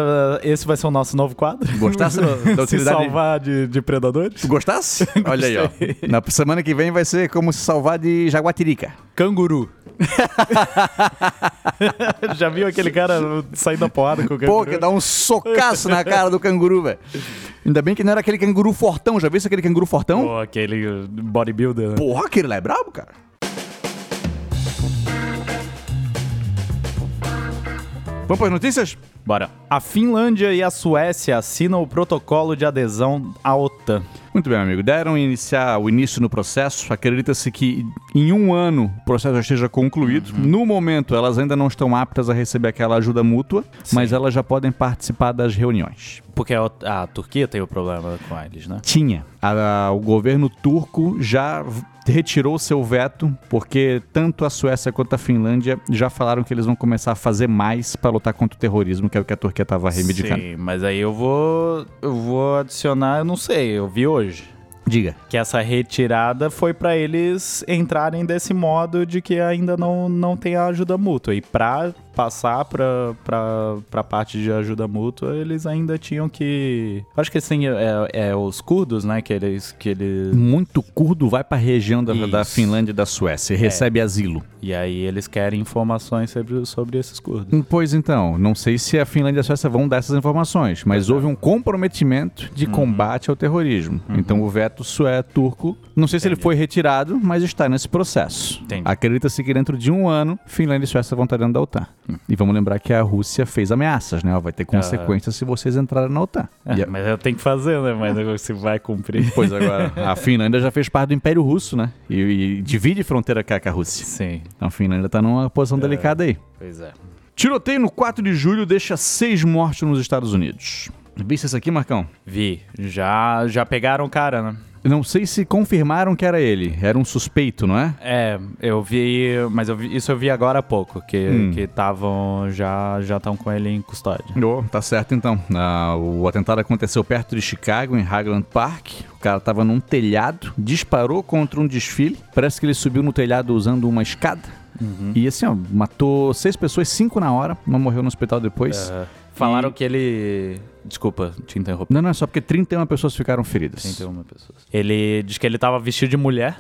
Speaker 2: esse vai ser o nosso novo quadro.
Speaker 1: Gostasse da
Speaker 2: Se
Speaker 1: utilidade?
Speaker 2: salvar de, de predadores.
Speaker 1: Tu gostasse? Olha aí, ó. Na semana que vem vai ser como se salvar de jaguatirica.
Speaker 2: Canguru. Já viu aquele cara saindo da porrada com o
Speaker 1: Pô,
Speaker 2: canguru?
Speaker 1: que dá um socaço na cara do canguru, velho. Ainda bem que não era aquele canguru fortão. Já viu esse aquele canguru fortão?
Speaker 2: Pô, aquele bodybuilder. né?
Speaker 1: Porra, aquele lá é brabo, cara. Vamos para as notícias?
Speaker 2: Bora. A Finlândia e a Suécia assinam o protocolo de adesão à OTAN.
Speaker 1: Muito bem, amigo. Deram iniciar o início no processo. Acredita-se que em um ano o processo já esteja concluído.
Speaker 2: Uhum.
Speaker 1: No momento, elas ainda não estão aptas a receber aquela ajuda mútua, mas elas já podem participar das reuniões.
Speaker 2: Porque a, Ot- a Turquia tem o problema com eles, né?
Speaker 1: Tinha. A- o governo turco já v- retirou seu veto, porque tanto a Suécia quanto a Finlândia já falaram que eles vão começar a fazer mais para lutar contra o terrorismo, que é o que a Turquia estava reivindicando.
Speaker 2: Sim, mas aí eu vou. Eu vou adicionar, eu não sei, eu vi hoje.
Speaker 1: Diga.
Speaker 2: Que essa retirada foi pra eles entrarem desse modo de que ainda não, não tem a ajuda mútua. E pra passar pra, pra, pra parte de ajuda mútua, eles ainda tinham que. Acho que assim, é, é os curdos, né? Que eles. Que eles
Speaker 1: Muito curdo vai para a região da, da
Speaker 2: Isso. É.
Speaker 1: Finlândia e da Suécia e recebe asilo.
Speaker 2: E aí eles querem informações sobre, sobre esses curdos.
Speaker 1: Pois então, não sei se a Finlândia e a Suécia vão dar essas informações, mas houve um comprometimento de combate ao terrorismo. Então o veto sué-turco, não sei se ele foi retirado, mas está nesse processo.
Speaker 2: Entendi.
Speaker 1: Acredita-se que dentro de um ano, Finlândia e Suécia vão estar dentro da OTAN. E vamos lembrar que a Rússia fez ameaças, né? Ela Vai ter consequências se vocês entrarem na OTAN. E a-
Speaker 2: Mas eu tenho que fazer, né? Mas se vai cumprir.
Speaker 1: Pois agora, a Finlândia já fez parte do Império Russo, né? E, e divide fronteira com a, com a Rússia.
Speaker 2: Sim,
Speaker 1: Então a Finlândia está numa posição delicada aí.
Speaker 2: pois é.
Speaker 1: Tiroteio no 4 de julho deixa seis mortos nos Estados Unidos. Viste isso aqui, Marcão?
Speaker 2: Vi, já, já pegaram o cara, né?
Speaker 1: Não sei se confirmaram que era ele. Era um suspeito, não é?
Speaker 2: É, eu vi, mas eu vi- isso eu vi agora há pouco, que que estavam já já estão com ele em custódia.
Speaker 1: Oh, tá certo então. Ah, o atentado aconteceu perto de Chicago, em Highland Park. O cara tava num telhado, disparou contra um desfile. Parece que ele subiu no telhado usando uma escada. E assim, ó, matou seis pessoas, cinco na hora. Uma morreu no hospital depois.
Speaker 2: É. Falaram que ele, desculpa, te interromper.
Speaker 1: Não, não, é só porque 31 pessoas ficaram feridas.
Speaker 2: uma pessoa. Ele diz que ele tava vestido de mulher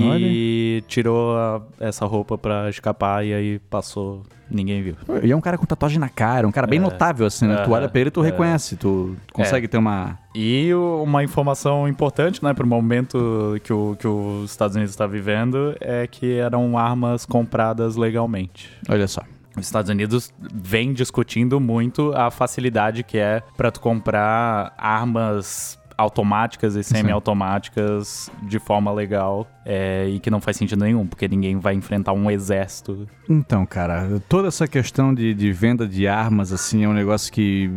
Speaker 2: e tirou a- essa roupa pra escapar e aí passou, ninguém viu.
Speaker 1: E é um cara com tatuagem na cara, um cara bem notável, assim, né? Tu
Speaker 2: É, Aham.
Speaker 1: olha pra ele, tu
Speaker 2: É.
Speaker 1: reconhece, tu consegue ter uma.
Speaker 2: E o- uma informação importante, né, pro momento que, o, que os Estados Unidos está vivendo, é que eram armas compradas legalmente.
Speaker 1: Olha só.
Speaker 2: Os Estados Unidos vem discutindo muito a facilidade que é para tu comprar armas automáticas e semi-automáticas de forma legal é, e que não faz sentido nenhum, porque ninguém vai enfrentar um exército.
Speaker 1: Então, cara, toda essa questão de, de venda de armas, assim, é um negócio que.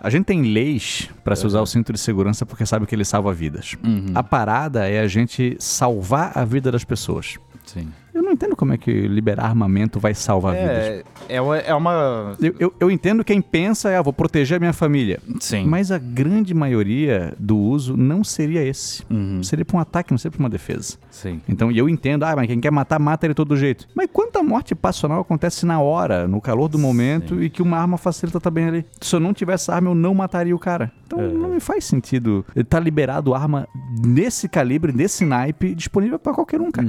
Speaker 1: A gente tem leis pra se usar o cinto de segurança porque sabe que ele salva vidas.
Speaker 2: Uhum.
Speaker 1: A parada é a gente salvar a vida das pessoas.
Speaker 2: Sim.
Speaker 1: Eu não entendo como é que liberar armamento vai salvar vidas.
Speaker 2: É, é uma, é uma-
Speaker 1: Eu, eu, eu entendo quem pensa é, ah, vou proteger a minha família.
Speaker 2: Sim.
Speaker 1: Mas a grande maioria do uso não seria esse.
Speaker 2: Uhum.
Speaker 1: Seria pra um ataque, não seria pra uma defesa.
Speaker 2: Sim.
Speaker 1: Então, e eu entendo, ah, mas quem quer matar, mata ele todo jeito. Mas quanta morte passional acontece na hora, no calor do momento, e que uma arma facilita também ali. Se eu não tivesse arma, eu não mataria o cara. Então não me faz sentido tá liberado arma nesse calibre, nesse naipe, disponível pra qualquer um, cara.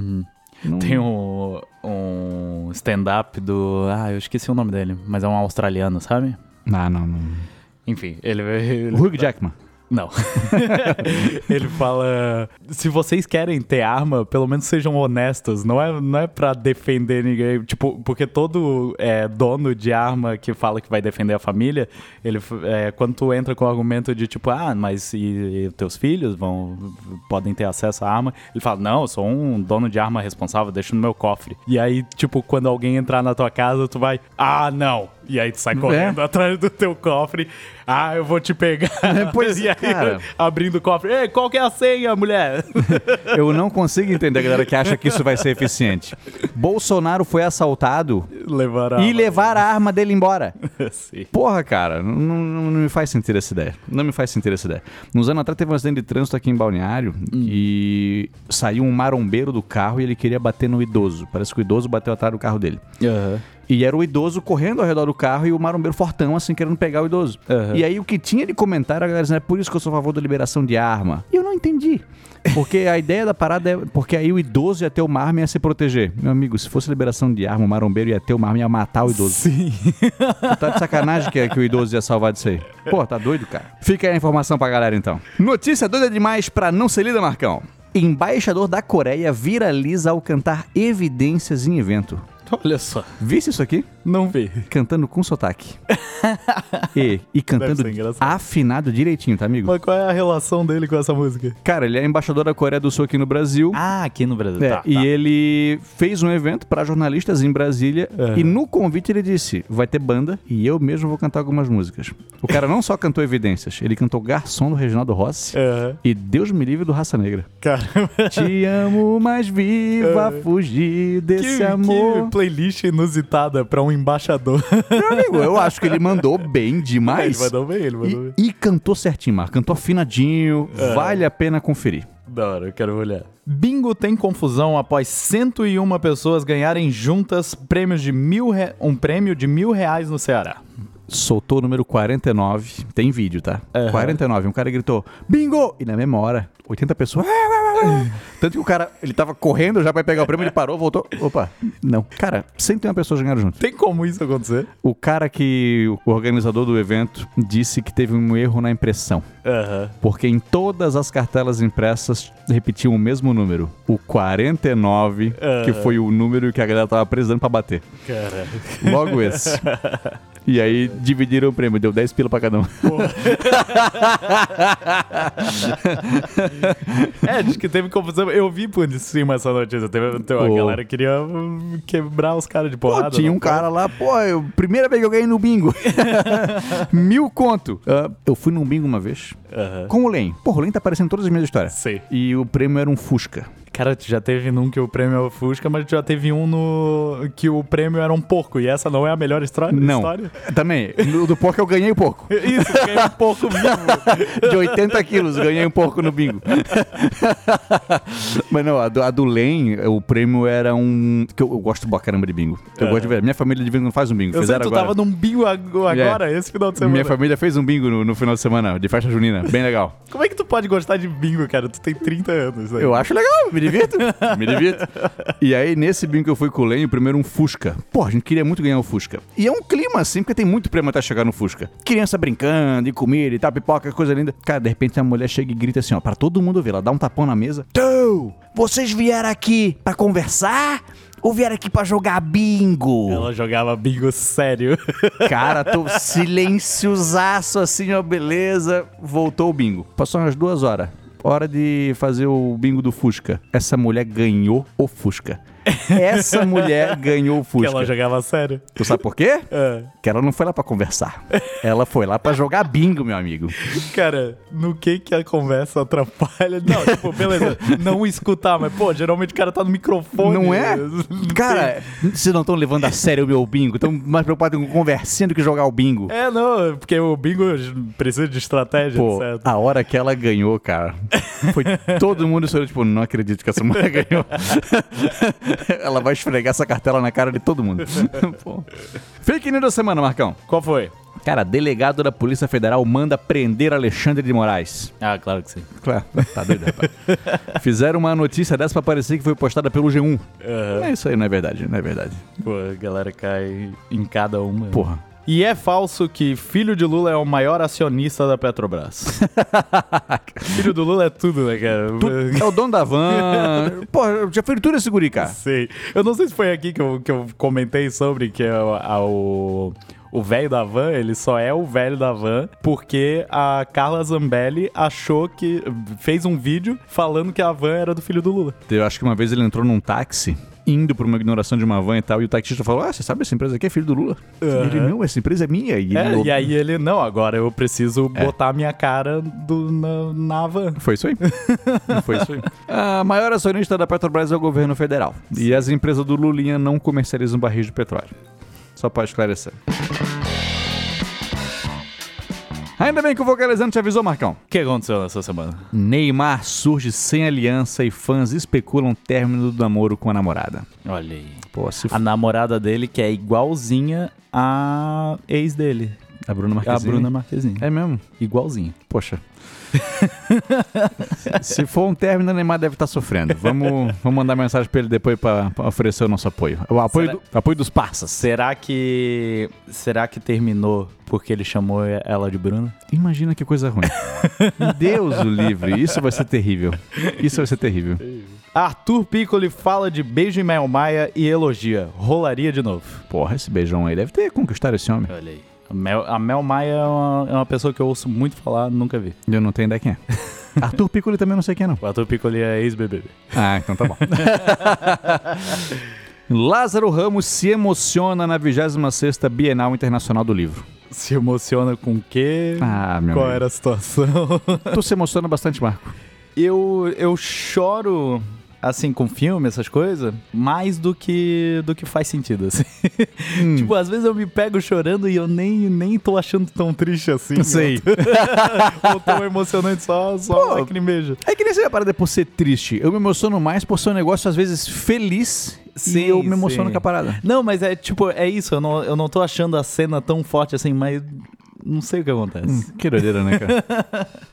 Speaker 1: Não-
Speaker 2: Tem um, um um stand-up do. Ah, eu esqueci o nome dele, mas é um australiano, sabe?
Speaker 1: Ah, Não, não, não.
Speaker 2: Enfim, ele. ele
Speaker 1: Hugh Jackman.
Speaker 2: Não. ele fala: se vocês querem ter arma, pelo menos sejam honestos. Não é, não é pra defender ninguém. Tipo, porque todo é, dono de arma que fala que vai defender a família, ele é, quando tu entra com o argumento de tipo, ah, mas e, e teus filhos vão podem ter acesso à arma? Ele fala: não, eu sou um dono de arma responsável, deixo no meu cofre. E aí, tipo, quando alguém entrar na tua casa, tu vai: ah, não. E aí tu sai correndo atrás do teu cofre. Ah, eu vou te pegar.
Speaker 1: Pois
Speaker 2: e aí,
Speaker 1: cara.
Speaker 2: abrindo o cofre. Ei, qual que é a senha, mulher?
Speaker 1: Eu não consigo entender a galera que acha que isso vai ser eficiente. Bolsonaro foi assaltado
Speaker 2: Levará.
Speaker 1: e levaram a arma dele embora.
Speaker 2: Sim.
Speaker 1: Porra, cara, não, não- não me faz sentido essa ideia. Não me faz sentido essa ideia. Uns anos atrás teve um acidente de trânsito aqui em Balneário e saiu um marombeiro do carro e ele queria bater no idoso. Parece que o idoso bateu atrás do carro dele. E era o idoso correndo ao redor do carro e o marombeiro fortão, assim, querendo pegar o idoso.
Speaker 2: Aham.
Speaker 1: E aí o que tinha de comentário, a galera dizendo, é por isso que eu sou a favor da liberação de arma. E eu não entendi. Porque a ideia da parada é. Porque aí o idoso ia ter uma arma e ia se proteger. Meu amigo, se fosse liberação de arma, o marombeiro ia ter uma arma e ia matar o idoso.
Speaker 2: Sim.
Speaker 1: Tu tá de sacanagem que, que o idoso ia salvar disso aí. Pô, tá doido, cara. Fica aí a informação pra galera, então. Notícia doida demais pra não ser lida, Marcão. Embaixador da Coreia viraliza ao cantar evidências em evento.
Speaker 2: Olha só.
Speaker 1: Visse isso aqui?
Speaker 2: Não vi.
Speaker 1: Cantando com sotaque. e, e cantando
Speaker 2: ser engraçado.
Speaker 1: afinado direitinho, tá, amigo?
Speaker 2: Mas qual é a relação dele com essa música?
Speaker 1: Cara, ele é embaixador da Coreia do Sul aqui no Brasil.
Speaker 2: Ah, aqui no Brasil.
Speaker 1: É, E ele fez um evento pra jornalistas em Brasília
Speaker 2: É.
Speaker 1: e no convite ele disse: vai ter banda e eu mesmo vou cantar algumas músicas. O cara não só cantou Evidências, ele cantou Garçom do Reginaldo Rossi
Speaker 2: Aham.
Speaker 1: e Deus me livre do Raça Negra.
Speaker 2: Caramba.
Speaker 1: Te amo, mas viva fugir desse
Speaker 2: É. que, que
Speaker 1: amor.
Speaker 2: playlist inusitada pra um embaixador.
Speaker 1: Meu amigo, eu acho que ele mandou bem
Speaker 2: ele
Speaker 1: demais.
Speaker 2: vai dar um bem, ele vai dar bem. É.
Speaker 1: E, e cantou certinho, Marco. Cantou afinadinho. Vale a pena conferir.
Speaker 2: Da hora, eu quero olhar. Bingo tem confusão após 101 pessoas ganharem juntas prêmios de mil re- um prêmio de mil reais no Ceará.
Speaker 1: Soltou o número 49. Tem vídeo, tá? 49. Um cara gritou, bingo! E na mesma hora, 80 pessoas. Tanto que o cara, ele tava correndo já pra pegar o prêmio, ele parou, voltou. Opa, não. Cara, 101 pessoas ganharam junto.
Speaker 2: Tem como isso acontecer?
Speaker 1: O cara que, o organizador do evento, disse que teve um erro na impressão.
Speaker 2: Aham.
Speaker 1: Porque em todas as cartelas impressas repetiam o mesmo número. O 49, que foi o número que a galera tava precisando pra bater.
Speaker 2: Cara.
Speaker 1: Logo esse. E aí dividiram o prêmio, deu 10 pila pra cada um.
Speaker 2: É, diz que teve confusão. Eu vi por cima essa notícia. Teve, teve
Speaker 1: Pô.
Speaker 2: A galera queria hum, quebrar os caras de
Speaker 1: Pô,
Speaker 2: porrada.
Speaker 1: tinha
Speaker 2: não
Speaker 1: um cara lá, pô, eu, primeira vez que eu ganhei no bingo. Mil conto. Ah, eu fui num bingo uma vez
Speaker 2: foi? Aham.
Speaker 1: com o Len. Porra, o Len tá aparecendo em todas as minhas histórias.
Speaker 2: Sei.
Speaker 1: E o prêmio era um Fusca.
Speaker 2: Cara, tu já teve num que o prêmio é o Fusca, mas tu já teve um no que o prêmio era um porco. E essa não é a melhor história?
Speaker 1: Não.
Speaker 2: História?
Speaker 1: Também. No do porco eu ganhei o porco.
Speaker 2: Isso, porque é um porco vivo.
Speaker 1: De 80 quilos, ganhei um porco no bingo. Mas não, a do, a do Len, o prêmio era um. Que eu, eu gosto pra caramba de bingo. Eu gosto de ver. Minha família de bingo não faz um bingo.
Speaker 2: É. Eu sei
Speaker 1: Fizeram
Speaker 2: que tu
Speaker 1: agora.
Speaker 2: tava num bingo ag- agora,
Speaker 1: É.
Speaker 2: esse final de semana.
Speaker 1: Minha família fez um bingo no, no final de semana, de festa junina. Bem legal.
Speaker 2: Como é que tu pode gostar de bingo, cara? Tu tem 30 anos. Né?
Speaker 1: Eu acho legal, me divirto. me divirto. E aí, nesse bingo que eu fui com o Lenho, primeiro um Fusca. Pô, a gente queria muito ganhar um Fusca. E é um clima assim, porque tem muito prêmio até chegar no Fusca. Criança brincando, e comida, e tal, pipoca, coisa linda. Cara, de repente a mulher chega e grita assim, ó, pra todo mundo ver. Ela dá um tapão na mesa. Tu, vocês vieram aqui pra conversar? Ou vieram aqui pra jogar bingo?
Speaker 2: Ela jogava bingo sério.
Speaker 1: Cara, tô silenciosaço assim, ó, beleza. Voltou o bingo. Passou umas duas horas. Hora de fazer o bingo do Fusca. Essa mulher ganhou o Fusca. Essa mulher ganhou o
Speaker 2: Que
Speaker 1: Fusca.
Speaker 2: ela jogava sério.
Speaker 1: Tu sabe por quê?
Speaker 2: É.
Speaker 1: Que ela não foi lá pra conversar. Ela foi lá pra jogar bingo, meu amigo.
Speaker 2: Cara, no que que a conversa atrapalha? Não, tipo, beleza, não escutar, mas, pô, geralmente o cara tá no microfone.
Speaker 1: Não é? Cara, vocês não estão levando a sério o meu bingo. Estão mais preocupados com conversando que jogar o bingo.
Speaker 2: É, não, porque o bingo precisa de estratégia,
Speaker 1: Pô,
Speaker 2: etc.
Speaker 1: a hora que ela ganhou, cara, foi todo mundo sorriu, tipo, não acredito que essa mulher ganhou. ela vai esfregar essa cartela na cara de todo mundo. Pô. Fake news da semana, Marcão.
Speaker 2: Qual foi?
Speaker 1: Cara, delegado da Polícia Federal manda prender Alexandre de Moraes.
Speaker 2: Ah, claro que sim.
Speaker 1: Claro. Tá doido, rapaz. um. Fizeram uma notícia dessa pra parecer que foi postada pelo G1. É isso aí, não é verdade, não é verdade.
Speaker 2: Pô, a galera cai em cada uma.
Speaker 1: Porra.
Speaker 2: E é falso que filho de Lula é o maior acionista da Petrobras. filho do Lula é tudo, né, cara?
Speaker 1: Tu- é o dono da van. Porra, já foi tudo esse guri, cara.
Speaker 2: Sei. Eu não sei se foi aqui que eu, que eu comentei sobre que é o- a- o. O velho da van, ele só é o velho da van porque a Carla Zambelli achou que. fez um vídeo falando que a van era do filho do Lula.
Speaker 1: Eu acho que uma vez ele entrou num táxi, indo pra uma ignoração de uma van e tal, e o taxista falou: Ah, você sabe essa empresa aqui é filho do Lula?
Speaker 2: Aham.
Speaker 1: Ele, não, essa empresa é minha. E,
Speaker 2: É,
Speaker 1: ele-
Speaker 2: e aí ele, não, agora eu preciso botar a minha cara do, na, na van.
Speaker 1: Foi isso aí. Foi isso aí. A maior acionista da Petrobras é o governo federal. E as empresas do Lulinha não comercializam barris de petróleo. Só para esclarecer. Ainda bem que o vocalizante te avisou, Marcão.
Speaker 2: O que aconteceu nessa semana?
Speaker 1: Neymar surge sem aliança e fãs especulam término do namoro com a namorada.
Speaker 2: Olha aí.
Speaker 1: Pô, se f...
Speaker 2: A namorada dele que é igualzinha à ex dele,
Speaker 1: A Bruna
Speaker 2: a
Speaker 1: Marquezine.
Speaker 2: Bruna Marquezine.
Speaker 1: É mesmo?
Speaker 2: igualzinha.
Speaker 1: Poxa. Se for um término, o Neymar deve estar sofrendo. Vamos, vamos mandar mensagem pra ele depois pra, pra oferecer o nosso apoio. O apoio,
Speaker 2: Será-
Speaker 1: do- apoio dos parças.
Speaker 2: Será que. Será que terminou porque ele chamou ela de Bruna?
Speaker 1: Imagina que coisa ruim. Deus o livre. Isso vai ser terrível. Isso vai ser terrível.
Speaker 2: Arthur Piccoli fala de beijo em Mel Maia e elogia. Rolaria de novo.
Speaker 1: Porra, esse beijão aí deve ter conquistado esse homem.
Speaker 2: Olha aí. A Mel, a Mel Maia é uma, é uma pessoa que eu ouço muito falar, nunca vi.
Speaker 1: Eu não tenho ideia quem é. Arthur Piccoli também não sei quem é, não.
Speaker 2: O Arthur Piccoli é ex-BBB.
Speaker 1: Ah, então tá bom. Lázaro Ramos se emociona na 26ª Bienal Internacional do Livro.
Speaker 2: Se emociona com o quê?
Speaker 1: Ah, meu
Speaker 2: Qual
Speaker 1: amigo.
Speaker 2: era a situação?
Speaker 1: Tu se emociona bastante, Marco.
Speaker 2: eu, eu choro assim com filme, essas coisas, mais do que do que faz sentido assim.
Speaker 1: Hum.
Speaker 2: tipo, às vezes eu me pego chorando e eu nem nem tô achando tão triste assim.
Speaker 1: Sei.
Speaker 2: Ou, ou tão emocionante só só
Speaker 1: Pô.
Speaker 2: lacrimeja.
Speaker 1: É que nem essa parada por ser triste. Eu me emociono mais por ser um negócio, às vezes, feliz.
Speaker 2: Sim,
Speaker 1: e eu me emociono
Speaker 2: sim.
Speaker 1: com a parada.
Speaker 2: Não, mas é tipo, é isso, eu não, eu não tô achando a cena tão forte assim, mas não sei o que acontece.
Speaker 1: Que doideira, né, cara?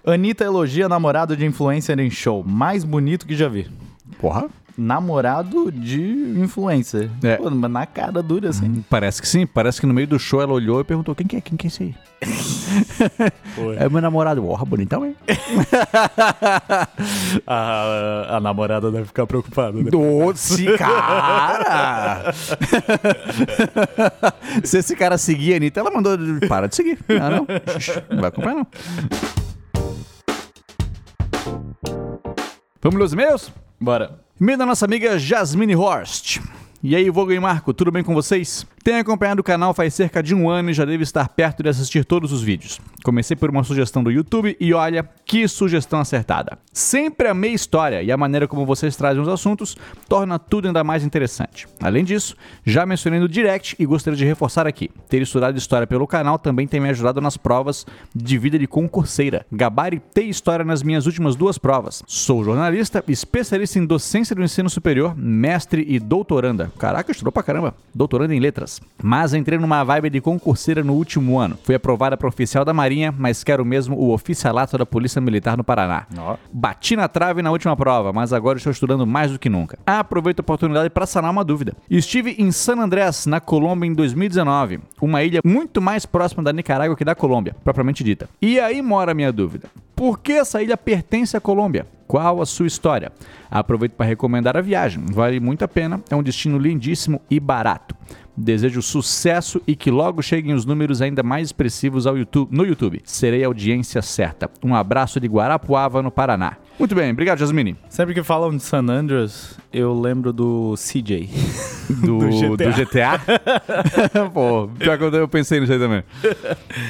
Speaker 2: Anitta elogia namorado de influencer em show, mais bonito que já vi.
Speaker 1: Porra.
Speaker 2: Namorado de influencer.
Speaker 1: É.
Speaker 2: Pô, mas na cara dura assim.
Speaker 1: Parece que sim. Parece que no meio do show ela olhou e perguntou: quem que é? Quem que é esse aí?
Speaker 2: Foi.
Speaker 1: É o meu namorado. Porra, bonitão, hein?
Speaker 2: A, a namorada deve ficar preocupada, né?
Speaker 1: Doce, cara! Se esse cara seguir a Anitta, ela mandou. Para de seguir. Ah, não. Não vai acompanhar, não. Vamos ler os meus?
Speaker 2: Bora.
Speaker 1: E-mail da nossa amiga Jasmine Horst. E aí, Vogo e Marco, tudo bem com vocês? Tenho acompanhado o canal faz cerca de um ano e já devo estar perto de assistir todos os vídeos. Comecei por uma sugestão do YouTube e olha, que sugestão acertada. Sempre amei história e a maneira como vocês trazem os assuntos torna tudo ainda mais interessante. Além disso, já mencionei no direct e gostaria de reforçar aqui. Ter estudado história pelo canal também tem me ajudado nas provas de vida de concurseira. Gabaritei história nas minhas últimas duas provas. Sou jornalista, especialista em docência do ensino superior, mestre e doutoranda. Caraca, estudou pra caramba. Doutoranda em letras. Mas entrei numa vibe de concurseira no último ano. Fui aprovada para oficial da Marinha, mas quero mesmo o oficialato da Polícia Militar no Paraná.
Speaker 2: Ó.
Speaker 1: Bati na trave na última prova, mas agora estou estudando mais do que nunca. Ah, Aproveito a oportunidade para sanar uma dúvida. Estive em San Andrés, na Colômbia, em 2019, uma ilha muito mais próxima da Nicarágua que da Colômbia, propriamente dita. E aí mora a minha dúvida. Por que essa ilha pertence à Colômbia? Qual a sua história? Aproveito para recomendar a viagem. Vale muito a pena, é um destino lindíssimo e barato. Desejo sucesso e que logo cheguem os números ainda mais expressivos ao YouTube, no YouTube. Serei a audiência certa. Um abraço de Guarapuava, no Paraná. Muito bem, obrigado, Jasmine.
Speaker 2: Sempre que falam de San Andreas, eu lembro do CJ.
Speaker 1: Do,
Speaker 2: GTA.
Speaker 1: do GTA? Pô, pior que eu- eu pensei nisso aí também.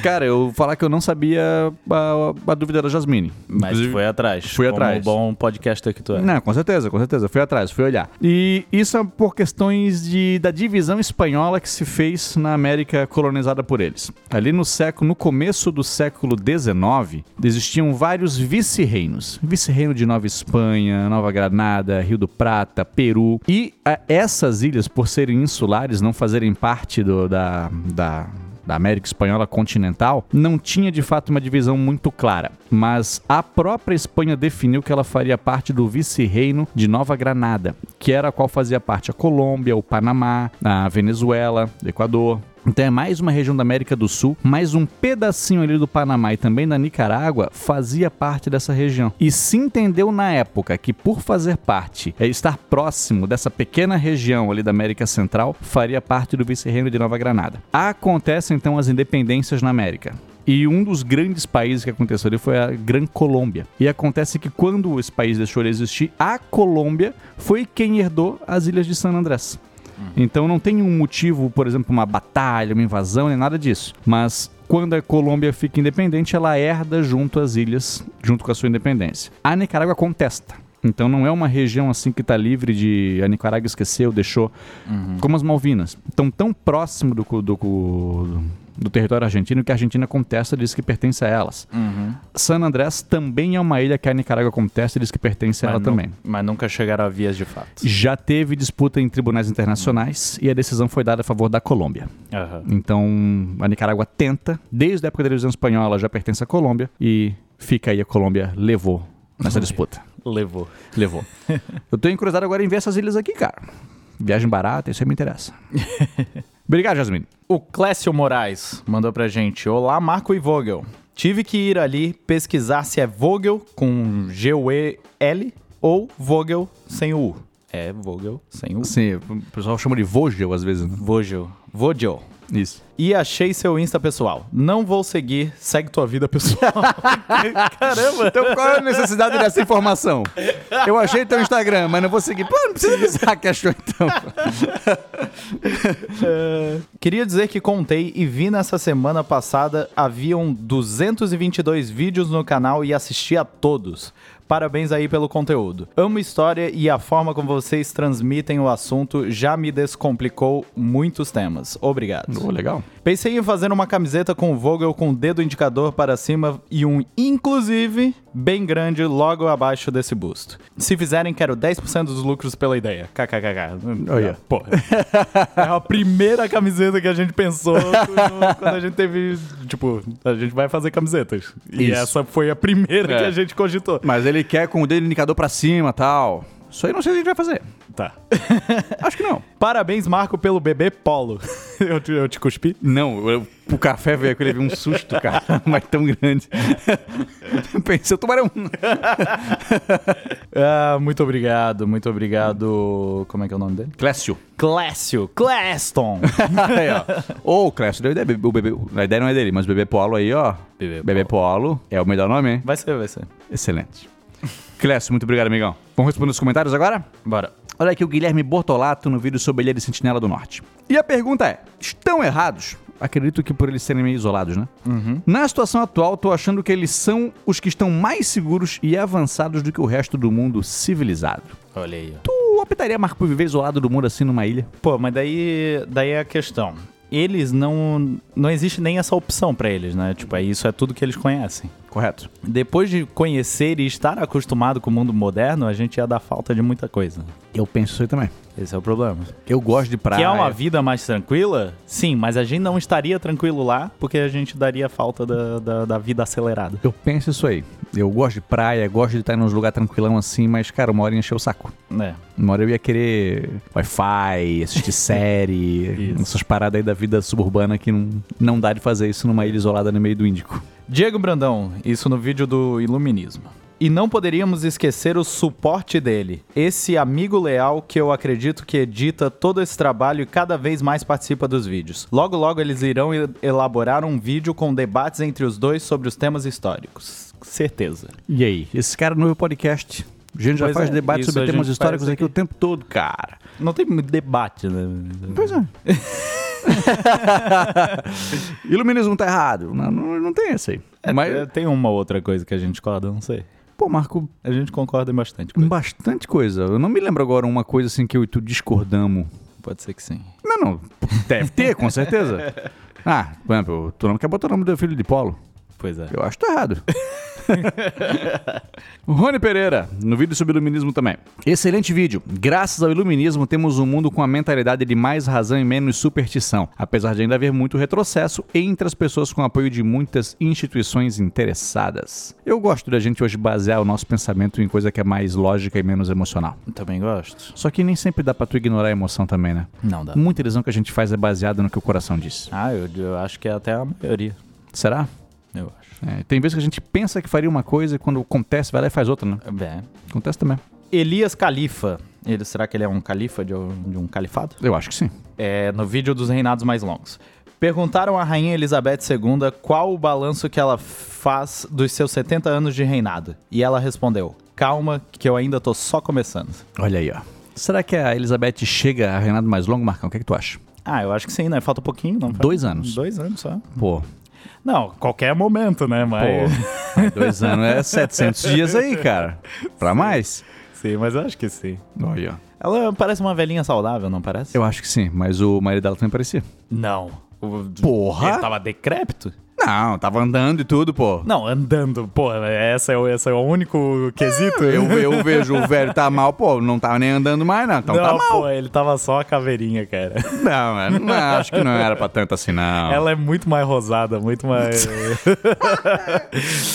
Speaker 1: Cara, eu falar que eu não sabia a, a dúvida da Jasmine.
Speaker 2: Mas
Speaker 1: Inclusive-
Speaker 2: foi atrás.
Speaker 1: fui
Speaker 2: como
Speaker 1: atrás.
Speaker 2: um bom podcaster que tu é.
Speaker 1: Não, com certeza, com certeza. Fui atrás, fui olhar. E isso é por questões de, da divisão espanhola que se fez na América colonizada por eles. Ali no século, no começo do século XIX, existiam vários vice-reinos. Vice-reino de Nova Espanha, Nova Granada, Rio do Prata, Peru. eh, E a, essas ilhas, por serem insulares, não fazerem parte do, da, da da América Espanhola continental, não tinha de fato uma divisão muito clara, mas a própria Espanha definiu que ela faria parte do vice-reino de Nova Granada, que era a qual fazia parte a Colômbia, o Panamá, a Venezuela, o Equador, então é mais uma região da América do Sul, mais um pedacinho ali do Panamá e também da Nicarágua fazia parte dessa região. E se entendeu na época que por fazer parte, é estar próximo dessa pequena região ali da América Central, faria parte do vice-reino de Nova Granada. Acontecem então as independências na América. E um dos grandes países que aconteceu ali foi a Gran Colômbia. E acontece que quando esse país deixou de existir, a Colômbia foi quem herdou as ilhas de San Andrés. Então não tem um motivo, por exemplo, uma batalha, uma invasão, nem nada disso. Mas quando a Colômbia fica independente, ela herda junto às ilhas, junto com a sua independência. A Nicarágua contesta. Então não é uma região assim que está livre de a Nicarágua esqueceu, deixou,
Speaker 2: Uhum.
Speaker 1: como as Malvinas. Então tão próximo do, do, do, do território argentino que a Argentina contesta e diz que pertence a elas. San Andrés também é uma ilha que a Nicarágua contesta e diz que pertence a ela
Speaker 2: nu-
Speaker 1: também.
Speaker 2: mas nunca chegaram a vias de fato.
Speaker 1: Já teve disputa em tribunais internacionais e a decisão foi dada a favor da Colômbia.
Speaker 2: Aham.
Speaker 1: Então a Nicarágua tenta, desde a época da divisão espanhola já pertence à Colômbia e fica aí a Colômbia levou nessa disputa.
Speaker 2: Uhum. Levou.
Speaker 1: Levou. Eu tô encruzado agora em ver essas ilhas aqui, cara. Viagem barata, isso aí me interessa. Obrigado, Jasmine.
Speaker 2: O Clécio Moraes mandou pra gente. Olá, Marco e Vogel. Tive que ir ali pesquisar se é Vogel com G-U-E-L ou Vogel sem o U. É Vogel sem o U.
Speaker 1: Assim, o pessoal chama de Vogel às vezes, né?
Speaker 2: Vogel. Vogel.
Speaker 1: Isso.
Speaker 2: E achei seu Insta pessoal. Não vou seguir, segue tua vida pessoal. Caramba!
Speaker 1: Então qual é a necessidade dessa informação? Eu achei teu Instagram, mas não vou seguir. Pô, não precisa avisar que achou então.
Speaker 2: Queria dizer que contei e vi nessa semana passada um haviam 222 vídeos no canal e assisti a todos. Parabéns aí pelo conteúdo. Amo história e a forma como vocês transmitem o assunto já me descomplicou muitos temas. Obrigado.
Speaker 1: Oh, legal.
Speaker 2: Pensei em fazer uma camiseta com o Vogel com o dedo indicador para cima e um inclusive bem grande logo abaixo desse busto. Se fizerem, quero 10% dos lucros pela ideia. KKKK.
Speaker 1: Olha.
Speaker 2: Porra. é a primeira camiseta que a gente pensou no- quando a gente teve. Tipo, a gente vai fazer camisetas. E
Speaker 1: Isso. É.
Speaker 2: essa foi a primeira que a gente cogitou.
Speaker 1: Mas ele quer com o dedo indicador pra cima tal. Isso aí não sei se a gente vai fazer.
Speaker 2: Tá.
Speaker 1: Acho que não.
Speaker 2: Parabéns, Marco, pelo bebê Polo. eu, te, eu te cuspi?
Speaker 1: Não, eu- o café veio aqui, eu levei um susto, cara, mas tão grande. Pensei, eu tomaria um.
Speaker 2: Ah, muito obrigado, muito obrigado. Como é que é o nome dele?
Speaker 1: Clécio.
Speaker 2: Clécio, Cléston.
Speaker 1: Aí, ó. Ô, Clécio, deu ideia. O bebê, a ideia não é dele, mas o bebê Polo aí, ó.
Speaker 2: Bebê
Speaker 1: Polo. É o melhor nome, hein?
Speaker 2: vai ser, vai ser.
Speaker 1: Excelente. Clécio, muito obrigado, amigão. Vamos responder os comentários agora?
Speaker 2: Bora.
Speaker 1: Olha aqui o Guilherme Bortolato no vídeo sobre a Ilha de Sentinela do Norte. E a pergunta é: estão errados? Acredito que por eles serem meio isolados, né?
Speaker 2: Uhum.
Speaker 1: Na situação atual, tô achando que eles são os que estão mais seguros e avançados do que o resto do mundo civilizado.
Speaker 2: Olha aí.
Speaker 1: Tu optaria, Marco, por viver isolado do mundo assim numa ilha?
Speaker 2: Pô, mas daí, daí é a questão. Eles não. Não existe nem essa opção pra eles, né? Tipo, é isso é tudo que eles conhecem.
Speaker 1: Correto.
Speaker 2: Depois de conhecer e estar acostumado com o mundo moderno, a gente ia dar falta de muita coisa.
Speaker 1: Eu penso isso aí também.
Speaker 2: Esse é o problema.
Speaker 1: Eu gosto de praia.
Speaker 2: Que é uma vida mais tranquila? Sim, mas a gente não estaria tranquilo lá porque a gente daria falta da, da, da vida acelerada.
Speaker 1: Eu penso isso aí. Eu gosto de praia, gosto de estar em uns lugar tranquilão assim, mas, cara, uma hora encheu o saco.
Speaker 2: Né?
Speaker 1: Uma hora eu ia querer Wi-Fi, assistir série,
Speaker 2: Isso.
Speaker 1: essas paradas aí da vida suburbana que não, não dá de fazer isso numa ilha isolada no meio do Índico.
Speaker 2: Diego Brandão, isso no vídeo do Iluminismo. E não poderíamos esquecer o suporte dele, esse amigo leal que eu acredito que edita todo esse trabalho e cada vez mais participa dos vídeos. Logo, logo eles irão e- elaborar um vídeo com debates entre os dois sobre os temas históricos. Certeza.
Speaker 1: E aí? Esse cara não ouve podcast. A gente já
Speaker 2: Pois
Speaker 1: faz
Speaker 2: é,
Speaker 1: debate
Speaker 2: isso
Speaker 1: sobre
Speaker 2: a
Speaker 1: temas
Speaker 2: gente
Speaker 1: históricos
Speaker 2: faz
Speaker 1: aqui.
Speaker 2: aqui.
Speaker 1: o tempo todo, cara.
Speaker 2: Não tem muito debate, né?
Speaker 1: Pois é. Iluminismo tá errado. Não, não, não tem essa aí.
Speaker 2: É,
Speaker 1: Mas,
Speaker 2: Tem uma outra coisa que a gente concorda, não sei.
Speaker 1: pô, Marco,
Speaker 2: A gente concorda em bastante coisa.
Speaker 1: bastante coisa. Eu não me lembro agora uma coisa assim que eu e tu discordamos.
Speaker 2: Pode ser que sim.
Speaker 1: Não, não. Deve ter, com certeza. Ah, por exemplo, tu não quer botar o nome do teu filho de polo?
Speaker 2: Pois é.
Speaker 1: Eu acho que tá errado. Rony Pereira, no vídeo sobre iluminismo também. Excelente vídeo. Graças ao iluminismo, temos um mundo com a mentalidade de mais razão e menos superstição, apesar de ainda haver muito retrocesso entre as pessoas com apoio de muitas instituições interessadas. Eu gosto da gente hoje basear o nosso pensamento em coisa que é mais lógica e menos emocional.
Speaker 2: Também gosto.
Speaker 1: Só que nem sempre dá pra tu ignorar a emoção também, né?
Speaker 2: Não dá.
Speaker 1: Muita ilusão que a gente faz é baseada no que o coração diz.
Speaker 2: Ah, eu, eu acho que é até a maioria.
Speaker 1: Será?
Speaker 2: Eu acho.
Speaker 1: É, tem vezes que a gente pensa que faria uma coisa e quando acontece, vai lá e faz outra, né?
Speaker 2: É.
Speaker 1: Acontece também.
Speaker 2: Elias Califa. Ele, será que ele é um califa de um, de um califado?
Speaker 1: Eu acho que sim.
Speaker 2: É, no vídeo dos reinados mais longos. Perguntaram à rainha Elizabeth II qual o balanço que ela faz dos seus 70 anos de reinado. E ela respondeu: Calma, que eu ainda tô só começando.
Speaker 1: Olha aí, ó. Será que a Elizabeth chega a reinado mais longo, Marcão? O que, é que tu acha?
Speaker 2: Ah, eu acho que sim, né? Falta um pouquinho, não?
Speaker 1: Dois anos.
Speaker 2: Dois anos só.
Speaker 1: Pô,
Speaker 2: Não, qualquer momento, né? Mas.
Speaker 1: pô, dois anos é 700 dias aí, cara. Pra mais?
Speaker 2: Sim, mas eu acho que sim.
Speaker 1: Olha, aí, ó.
Speaker 2: Ela parece uma velhinha saudável, não parece?
Speaker 1: Eu acho que sim, mas o marido dela também parecia.
Speaker 2: Não. O-
Speaker 1: Porra!
Speaker 2: Ele tá- tava decrépito?
Speaker 1: Não, tava andando e tudo, pô.
Speaker 2: Não, andando. Pô, essa é, o- esse é o único quesito.
Speaker 1: Eu, eu vejo o velho tá mal, pô, não tava nem andando mais, não. Então
Speaker 2: não,
Speaker 1: tá mal.
Speaker 2: pô, ele tava só a caveirinha, cara.
Speaker 1: Não, mano, não, acho que não era pra tanto assim, não.
Speaker 2: Ela é muito mais rosada, muito mais.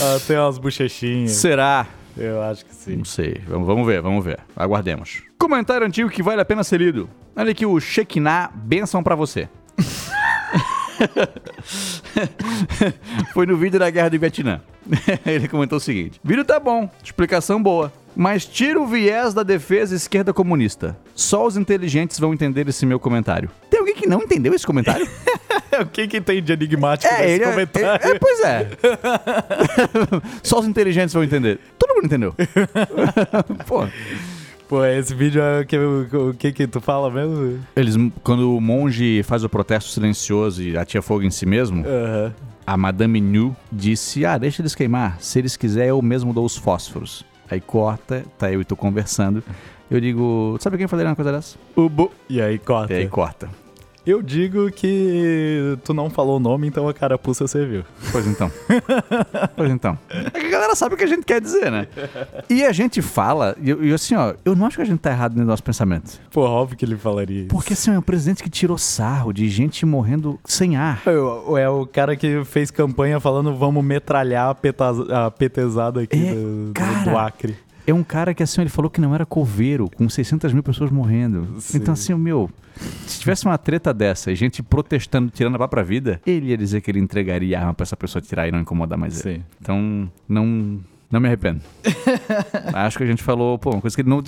Speaker 2: Ela tem umas bochechinhas.
Speaker 1: Será?
Speaker 2: Eu acho que sim.
Speaker 1: Não sei. Vamos, vamos ver, vamos ver. Aguardemos. Comentário antigo que vale a pena ser lido. Olha aqui o Shekinah, benção pra você. Foi no vídeo da Guerra do Vietnã. Ele comentou o seguinte: Vídeo tá bom, explicação boa. Mas tira o viés da defesa esquerda comunista. Só os inteligentes vão entender esse meu comentário. Tem alguém que não entendeu esse comentário?
Speaker 2: É, o que que tem de enigmático nesse comentário?
Speaker 1: é, pois é. Só os inteligentes vão entender. Todo mundo entendeu. Pô.
Speaker 2: Pô, esse vídeo é o que, o, o que que tu fala mesmo?
Speaker 1: Eles, quando o monge faz o protesto silencioso e atia fogo em si mesmo,
Speaker 2: Aham.
Speaker 1: a Madame Nu disse: Ah, deixa eles queimar. Se eles quiserem, eu mesmo dou os fósforos. Aí corta, tá eu e tu conversando. Eu digo: Sabe quem falaria uma coisa dessa? O Bo.
Speaker 2: E aí, corta.
Speaker 1: E aí corta.
Speaker 2: Eu digo que tu não falou o nome, então a carapuça serviu.
Speaker 1: Pois então. pois então. É que a galera sabe o que a gente quer dizer, né? E a gente fala, e, eu- e assim, ó, eu não acho que a gente tá errado no nosso pensamento.
Speaker 2: Pô, óbvio que ele falaria isso.
Speaker 1: Porque assim, é um presidente que tirou sarro de gente morrendo sem ar.
Speaker 2: Eu- É o cara que fez campanha falando vamos metralhar a, peta- a petezada aqui
Speaker 1: É,
Speaker 2: do, do-
Speaker 1: cara.
Speaker 2: do Acre.
Speaker 1: É um cara que assim, ele falou que não era coveiro, com 600 mil pessoas morrendo.
Speaker 2: Sim.
Speaker 1: Então assim, meu, se tivesse uma treta dessa e gente protestando, tirando a própria vida, ele ia dizer que ele entregaria a arma pra essa pessoa tirar e não incomodar mais ele.
Speaker 2: Sim.
Speaker 1: Então, não... Não me arrependo. Acho que a gente falou, pô, uma coisa que ele não.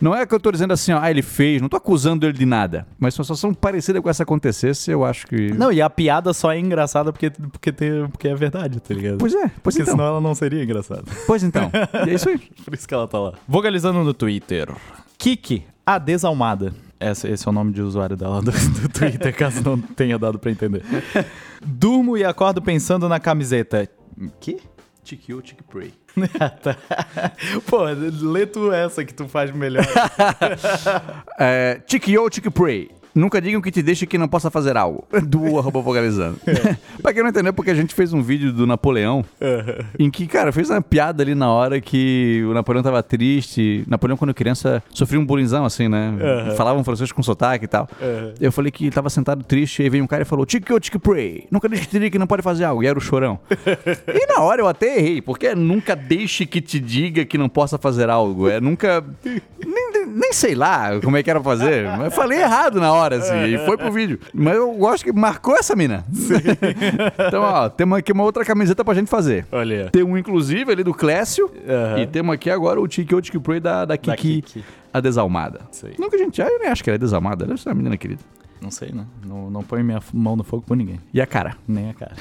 Speaker 1: Não é que eu tô dizendo assim, ó, ah, ele fez, não tô acusando ele de nada. Mas se uma situação parecida com essa acontecesse, eu acho que.
Speaker 2: Não, e a piada só é engraçada porque, porque, tem, porque é verdade, tá ligado?
Speaker 1: Pois é, pois
Speaker 2: porque
Speaker 1: então.
Speaker 2: senão ela não seria engraçada.
Speaker 1: Pois então. E é isso aí.
Speaker 2: Por isso que ela tá lá. Vocalizando no Twitter. Kiki, a desalmada. Esse, esse é o nome de usuário dela do, do Twitter, caso não tenha dado pra entender. Durmo e acordo pensando na camiseta. Que?
Speaker 1: Tiquio, tique pray.
Speaker 2: Pô, lê tu essa que tu faz melhor.
Speaker 1: É, Tikio Tikpray. Nunca digam que te deixa que não possa fazer algo. Do arroba vocalizando. pra quem não entendeu, porque a gente fez um vídeo do Napoleão em que, cara, fez uma piada ali na hora que o Napoleão tava triste. Napoleão, quando criança, sofria um bullyingzão, assim, né? Falavam francês com sotaque e tal. Eu falei que ele tava sentado triste, aí veio um cara e falou: Tikio Tikpray. Nunca deixe que te diga que não pode fazer algo. E era o chorão. e na hora eu até errei, porque nunca deixe que te diga que não possa fazer algo. É nunca. Nem, nem- nem sei lá como é que era pra fazer. Mas eu falei errado na hora, assim, e foi pro vídeo. Mas eu gosto que marcou essa mina. então, ó, temos aqui uma outra camiseta pra gente fazer.
Speaker 2: Olha.
Speaker 1: Tem um, inclusive, ali do Clécio.
Speaker 2: Aham.
Speaker 1: E temos aqui agora o Tiki Old Prey da, É. da,
Speaker 2: Da
Speaker 1: Kiki,
Speaker 2: Kiki.
Speaker 1: a desalmada.
Speaker 2: Sei.
Speaker 1: Não que a gente. Eu nem acho que ela é desalmada, deve ser uma menina querida.
Speaker 2: Não sei, né? Não, não ponho minha mão no fogo por ninguém.
Speaker 1: E a cara?
Speaker 2: Nem a cara.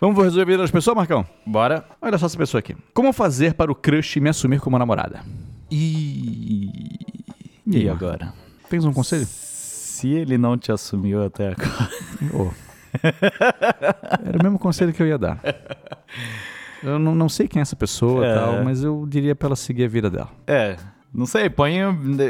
Speaker 1: Vamos resolver as pessoas, Marcão?
Speaker 2: Bora.
Speaker 1: Olha só essa pessoa aqui. Como fazer para o crush me assumir como namorada?
Speaker 2: E,
Speaker 1: E aí,
Speaker 2: e agora?
Speaker 1: Tens um conselho?
Speaker 2: Se ele não te assumiu até agora.
Speaker 1: Ô. Era o mesmo conselho que eu ia dar. Eu não, não sei quem é essa pessoa e
Speaker 2: É.
Speaker 1: tal, mas eu diria pra ela seguir a vida dela.
Speaker 2: É, não sei, põe.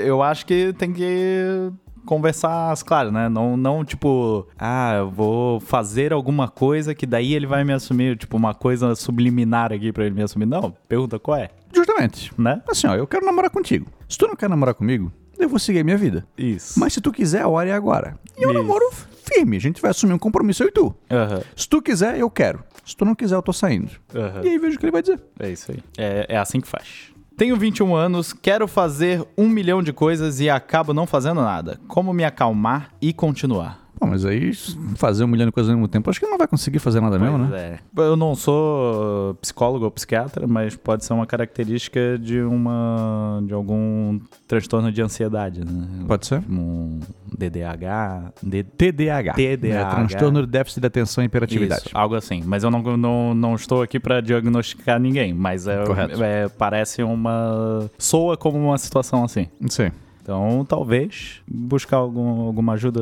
Speaker 2: Eu acho que tem que conversar as claras, né? Não, não tipo, ah, eu vou fazer alguma coisa que daí ele vai me assumir, tipo, uma coisa subliminar aqui pra ele me assumir. Não, pergunta qual é,
Speaker 1: Justamente.
Speaker 2: né?
Speaker 1: Assim, ó, eu quero namorar contigo. Se tu não quer namorar comigo, eu vou seguir a minha vida.
Speaker 2: Isso.
Speaker 1: Mas se tu quiser, a hora é agora. E eu
Speaker 2: Isso.
Speaker 1: namoro firme. A gente vai assumir um compromisso, eu e tu.
Speaker 2: Aham,
Speaker 1: Se tu quiser, eu quero. Se tu não quiser, eu tô saindo.
Speaker 2: aham.
Speaker 1: E aí vejo o que ele vai dizer.
Speaker 2: É isso aí. É, é assim que faz. Tenho 21 anos, quero fazer um milhão de coisas e acabo não fazendo nada. Como me acalmar e continuar?
Speaker 1: Bom, mas aí fazer um milhão de coisas ao mesmo tempo, acho que não vai conseguir fazer nada mesmo, né?
Speaker 2: Pois é. Eu não sou psicólogo ou psiquiatra, mas pode ser uma característica de uma de algum transtorno de ansiedade, né?
Speaker 1: Pode ser.
Speaker 2: Um DDH, D-
Speaker 1: TDAH.
Speaker 2: TDAH.
Speaker 1: É, transtorno de déficit de atenção e hiperatividade.
Speaker 2: Isso, algo assim. Mas eu não, não, não estou aqui para diagnosticar ninguém, mas é,
Speaker 1: Correto.
Speaker 2: é- parece uma soa como uma situação assim.
Speaker 1: Sim.
Speaker 2: Então, talvez buscar algum- alguma ajuda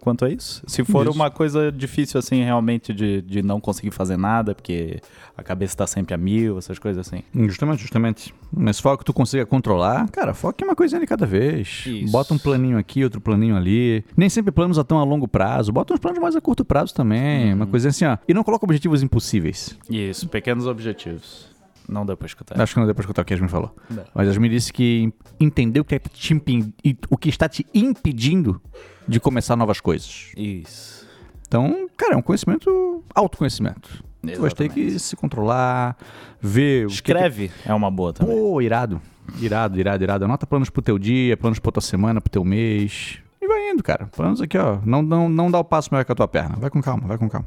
Speaker 2: quanto a isso. Se for
Speaker 1: Isso.
Speaker 2: uma coisa difícil, assim, realmente, de, de não conseguir fazer nada, porque a cabeça tá sempre a mil, essas coisas assim.
Speaker 1: Justamente, justamente. Mas foca que tu consiga controlar. Cara, foca em uma coisinha de cada vez.
Speaker 2: Isso.
Speaker 1: Bota um planinho aqui, outro planinho ali. Nem sempre planos a tão a longo prazo. Bota uns planos mais a curto prazo
Speaker 2: Hum.
Speaker 1: também. Uma coisinha assim, ó. E não coloca objetivos impossíveis.
Speaker 2: Isso, pequenos objetivos. Não deu pra escutar.
Speaker 1: Acho que não deu pra escutar o que a Jasmine falou.
Speaker 2: Não.
Speaker 1: Mas a Jasmine disse que entendeu o que, é te impin- e- o que está te impedindo de começar novas coisas.
Speaker 2: Isso.
Speaker 1: Então, cara, é um conhecimento, autoconhecimento. Tu vai ter
Speaker 2: Exatamente.
Speaker 1: que se controlar, ver o que que-
Speaker 2: Escreve é uma boa também.
Speaker 1: Pô, irado. Irado, irado, irado. Anota planos pro teu dia, planos pra tua semana, pro teu mês. E vai indo, cara. Planos aqui, ó. Não, não, não dá o passo maior que a tua perna. Vai com calma, vai com calma.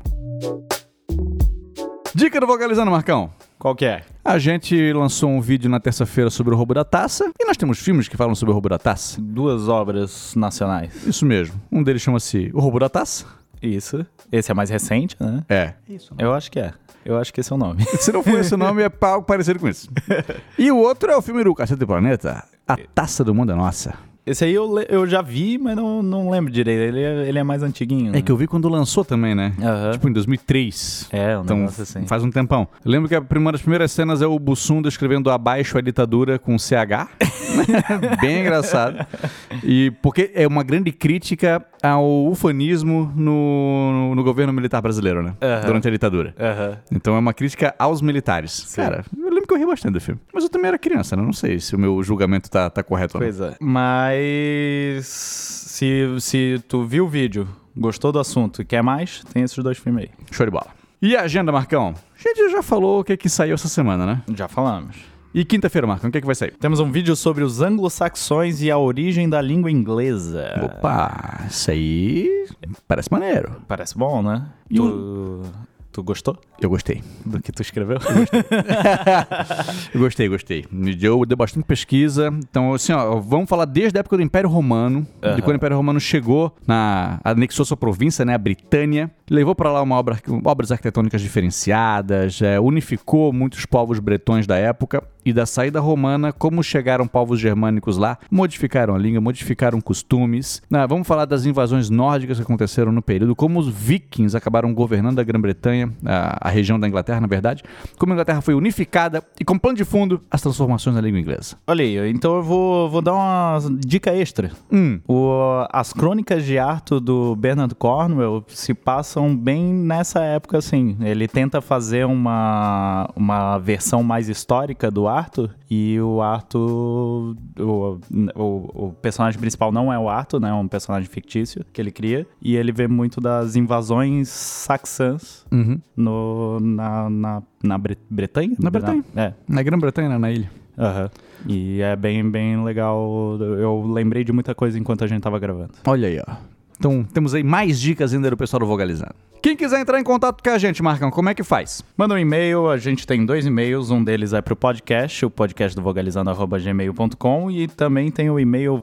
Speaker 1: Dica do Vocalizando, Marcão.
Speaker 2: Qual que é?
Speaker 1: A gente lançou um vídeo na terça-feira sobre o roubo da taça. E nós temos filmes que falam sobre o roubo da taça.
Speaker 2: Duas obras nacionais.
Speaker 1: Isso mesmo. Um deles chama-se O Roubo da Taça.
Speaker 2: Isso. Esse é mais recente, né?
Speaker 1: É.
Speaker 2: Eu acho que é. Eu acho que esse é o nome.
Speaker 1: Se não for esse nome, é algo parecido com isso. E o outro é o filme do Cacete do Planeta. A Taça do Mundo é Nossa.
Speaker 2: Esse aí eu, le- eu já vi, mas não, não lembro direito. Ele é, ele é mais antiguinho.
Speaker 1: É que eu vi quando lançou também, né?
Speaker 2: Aham.
Speaker 1: Tipo, em 2003.
Speaker 2: É, um
Speaker 1: Então,
Speaker 2: negócio assim.
Speaker 1: faz um tempão. Eu lembro que a primeira- as primeiras cenas é o Bussunda escrevendo abaixo a ditadura com CH. Bem engraçado. E porque é uma grande crítica ao ufanismo no, no, governo militar brasileiro, né?
Speaker 2: Aham.
Speaker 1: Durante a ditadura.
Speaker 2: Aham.
Speaker 1: Então é uma crítica aos militares. Cara, eu lembro que eu ri bastante do filme. Mas eu também era criança, né? Não sei se o meu julgamento tá, tá correto ou não.
Speaker 2: Pois é. Mas se, se tu viu o vídeo, gostou do assunto e quer mais, tem esses dois filmes aí.
Speaker 1: Show de bola. E a agenda, Marcão? A gente já falou o que é que saiu essa semana, né?
Speaker 2: Já falamos.
Speaker 1: E quinta-feira, Marcão, o que é que vai sair?
Speaker 2: Temos um vídeo sobre os anglo-saxões e a origem da língua inglesa.
Speaker 1: Opa, isso aí parece maneiro.
Speaker 2: Parece bom, né?
Speaker 1: E
Speaker 2: Tu, tu gostou
Speaker 1: Eu gostei.
Speaker 2: do que tu escreveu?
Speaker 1: Eu gostei, gostei. Eu dei bastante pesquisa. Então, assim, ó, vamos falar desde a época do Império Romano, de quando o Império Romano chegou, na, anexou sua província, né, a Britânia, levou para lá uma obra, obras arquitetônicas diferenciadas, é, unificou muitos povos bretões da época. E da saída romana, como chegaram povos germânicos lá, modificaram a língua, modificaram costumes. Ah, vamos falar das invasões nórdicas que aconteceram no período, como os vikings acabaram governando a Grã-Bretanha, a, a região da Inglaterra, na verdade, como a Inglaterra foi unificada e, como plano de fundo, as transformações na língua inglesa.
Speaker 2: Olha aí, então eu vou, vou dar uma dica extra.
Speaker 1: Hum,
Speaker 2: O- as crônicas de Arthur do Bernard Cornwell se passam bem nessa época, assim. Ele tenta fazer uma, uma versão mais histórica do Arthur e o Arthur. O, o, o personagem principal não é o Arthur, né? É um personagem fictício que ele cria. E ele vê muito das invasões saxãs
Speaker 1: uhum.
Speaker 2: no, na, na, na Bre- Bretanha?
Speaker 1: Na Bretanha.
Speaker 2: É.
Speaker 1: Na Grã-Bretanha, né, na ilha.
Speaker 2: Aham. E é bem, bem legal. Eu lembrei de muita coisa enquanto a gente tava gravando.
Speaker 1: Olha aí, ó. Então, temos aí mais dicas ainda do pessoal do Vogalizando. Quem quiser entrar em contato com a gente, Marcão, como é que faz?
Speaker 2: Manda um e-mail, a gente tem dois e-mails, um deles é pro podcast, o podcast do vogalizando@gmail.com e também tem o e-mail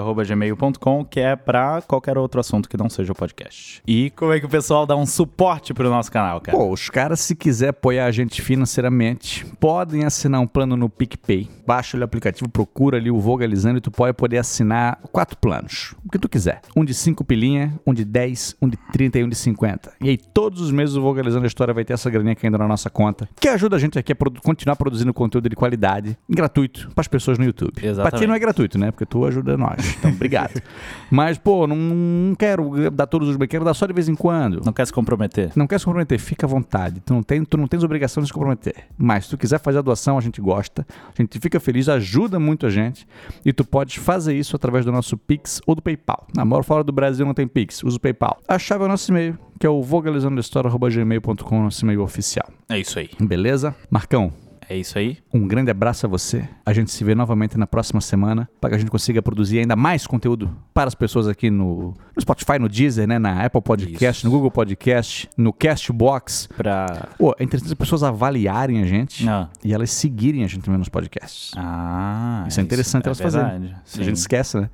Speaker 2: vogalizandoahistoria@gmail.com, que é pra qualquer outro assunto que não seja o podcast. E como é que o pessoal dá um suporte pro nosso canal, cara?
Speaker 1: Pô, os caras, se quiser apoiar a gente financeiramente, podem assinar um plano no PicPay. Baixa ali o aplicativo, procura ali o Vogalizando e tu pode poder assinar quatro planos. O que tu quiser. um de 5 pilinha, um de 10, um de 30 e um de 50. E aí todos os meses o Vogalizando a História vai ter essa graninha caindo na nossa conta, que ajuda a gente aqui a produ- continuar produzindo conteúdo de qualidade, gratuito, para as pessoas no YouTube.
Speaker 2: Exatamente.
Speaker 1: Pra ti não é gratuito, né? Porque tu ajuda nós. Então, obrigado. Mas, pô, não, não quero dar todos os... Quero dar só de vez em quando.
Speaker 2: Não quer se comprometer.
Speaker 1: Não quer se comprometer, fica à vontade. Tu não, tem, tu não tens obrigação de se comprometer. Mas se tu quiser fazer a doação, a gente gosta. A gente fica feliz, ajuda muito a gente. E tu podes fazer isso através do nosso Pix ou do PayPal. Na maior fora do Brasil não tem Pix, usa o PayPal. A chave é o nosso e-mail, que é o vogalizandohistoria.gmail.com, nosso e-mail oficial.
Speaker 2: É isso aí.
Speaker 1: Beleza? Marcão,
Speaker 2: É isso aí.
Speaker 1: um grande abraço a você. A gente se vê novamente na próxima semana para que a gente consiga produzir ainda mais conteúdo para as pessoas aqui no, no Spotify, no Deezer, né? na Apple Podcast,
Speaker 2: Isso.
Speaker 1: no Google Podcast, no Castbox.
Speaker 2: Pra.
Speaker 1: Pô, é interessante as pessoas avaliarem a gente
Speaker 2: Ah.
Speaker 1: e elas seguirem a gente também nos podcasts.
Speaker 2: Ah,
Speaker 1: Isso é interessante elas fazerem.
Speaker 2: verdade.
Speaker 1: A gente
Speaker 2: Sim.
Speaker 1: esquece, né?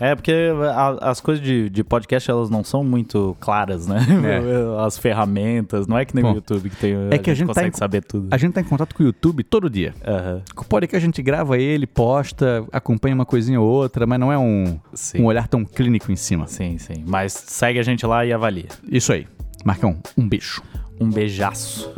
Speaker 2: É, porque a- as coisas de, de podcast, elas não são muito claras, né?
Speaker 1: É.
Speaker 2: As ferramentas, não é que nem
Speaker 1: Bom,
Speaker 2: o YouTube que tem,
Speaker 1: é que a gente tá
Speaker 2: consegue
Speaker 1: em-
Speaker 2: saber tudo.
Speaker 1: A gente tá em contato com o YouTube todo dia.
Speaker 2: Aham,
Speaker 1: O podcast a gente grava ele, posta, acompanha uma coisinha ou outra, mas não é um,
Speaker 2: sim.
Speaker 1: um olhar tão clínico em cima.
Speaker 2: Sim, sim. Mas segue a gente lá e avalia.
Speaker 1: Isso aí. Marcão, um beijo.
Speaker 2: Um beijaço.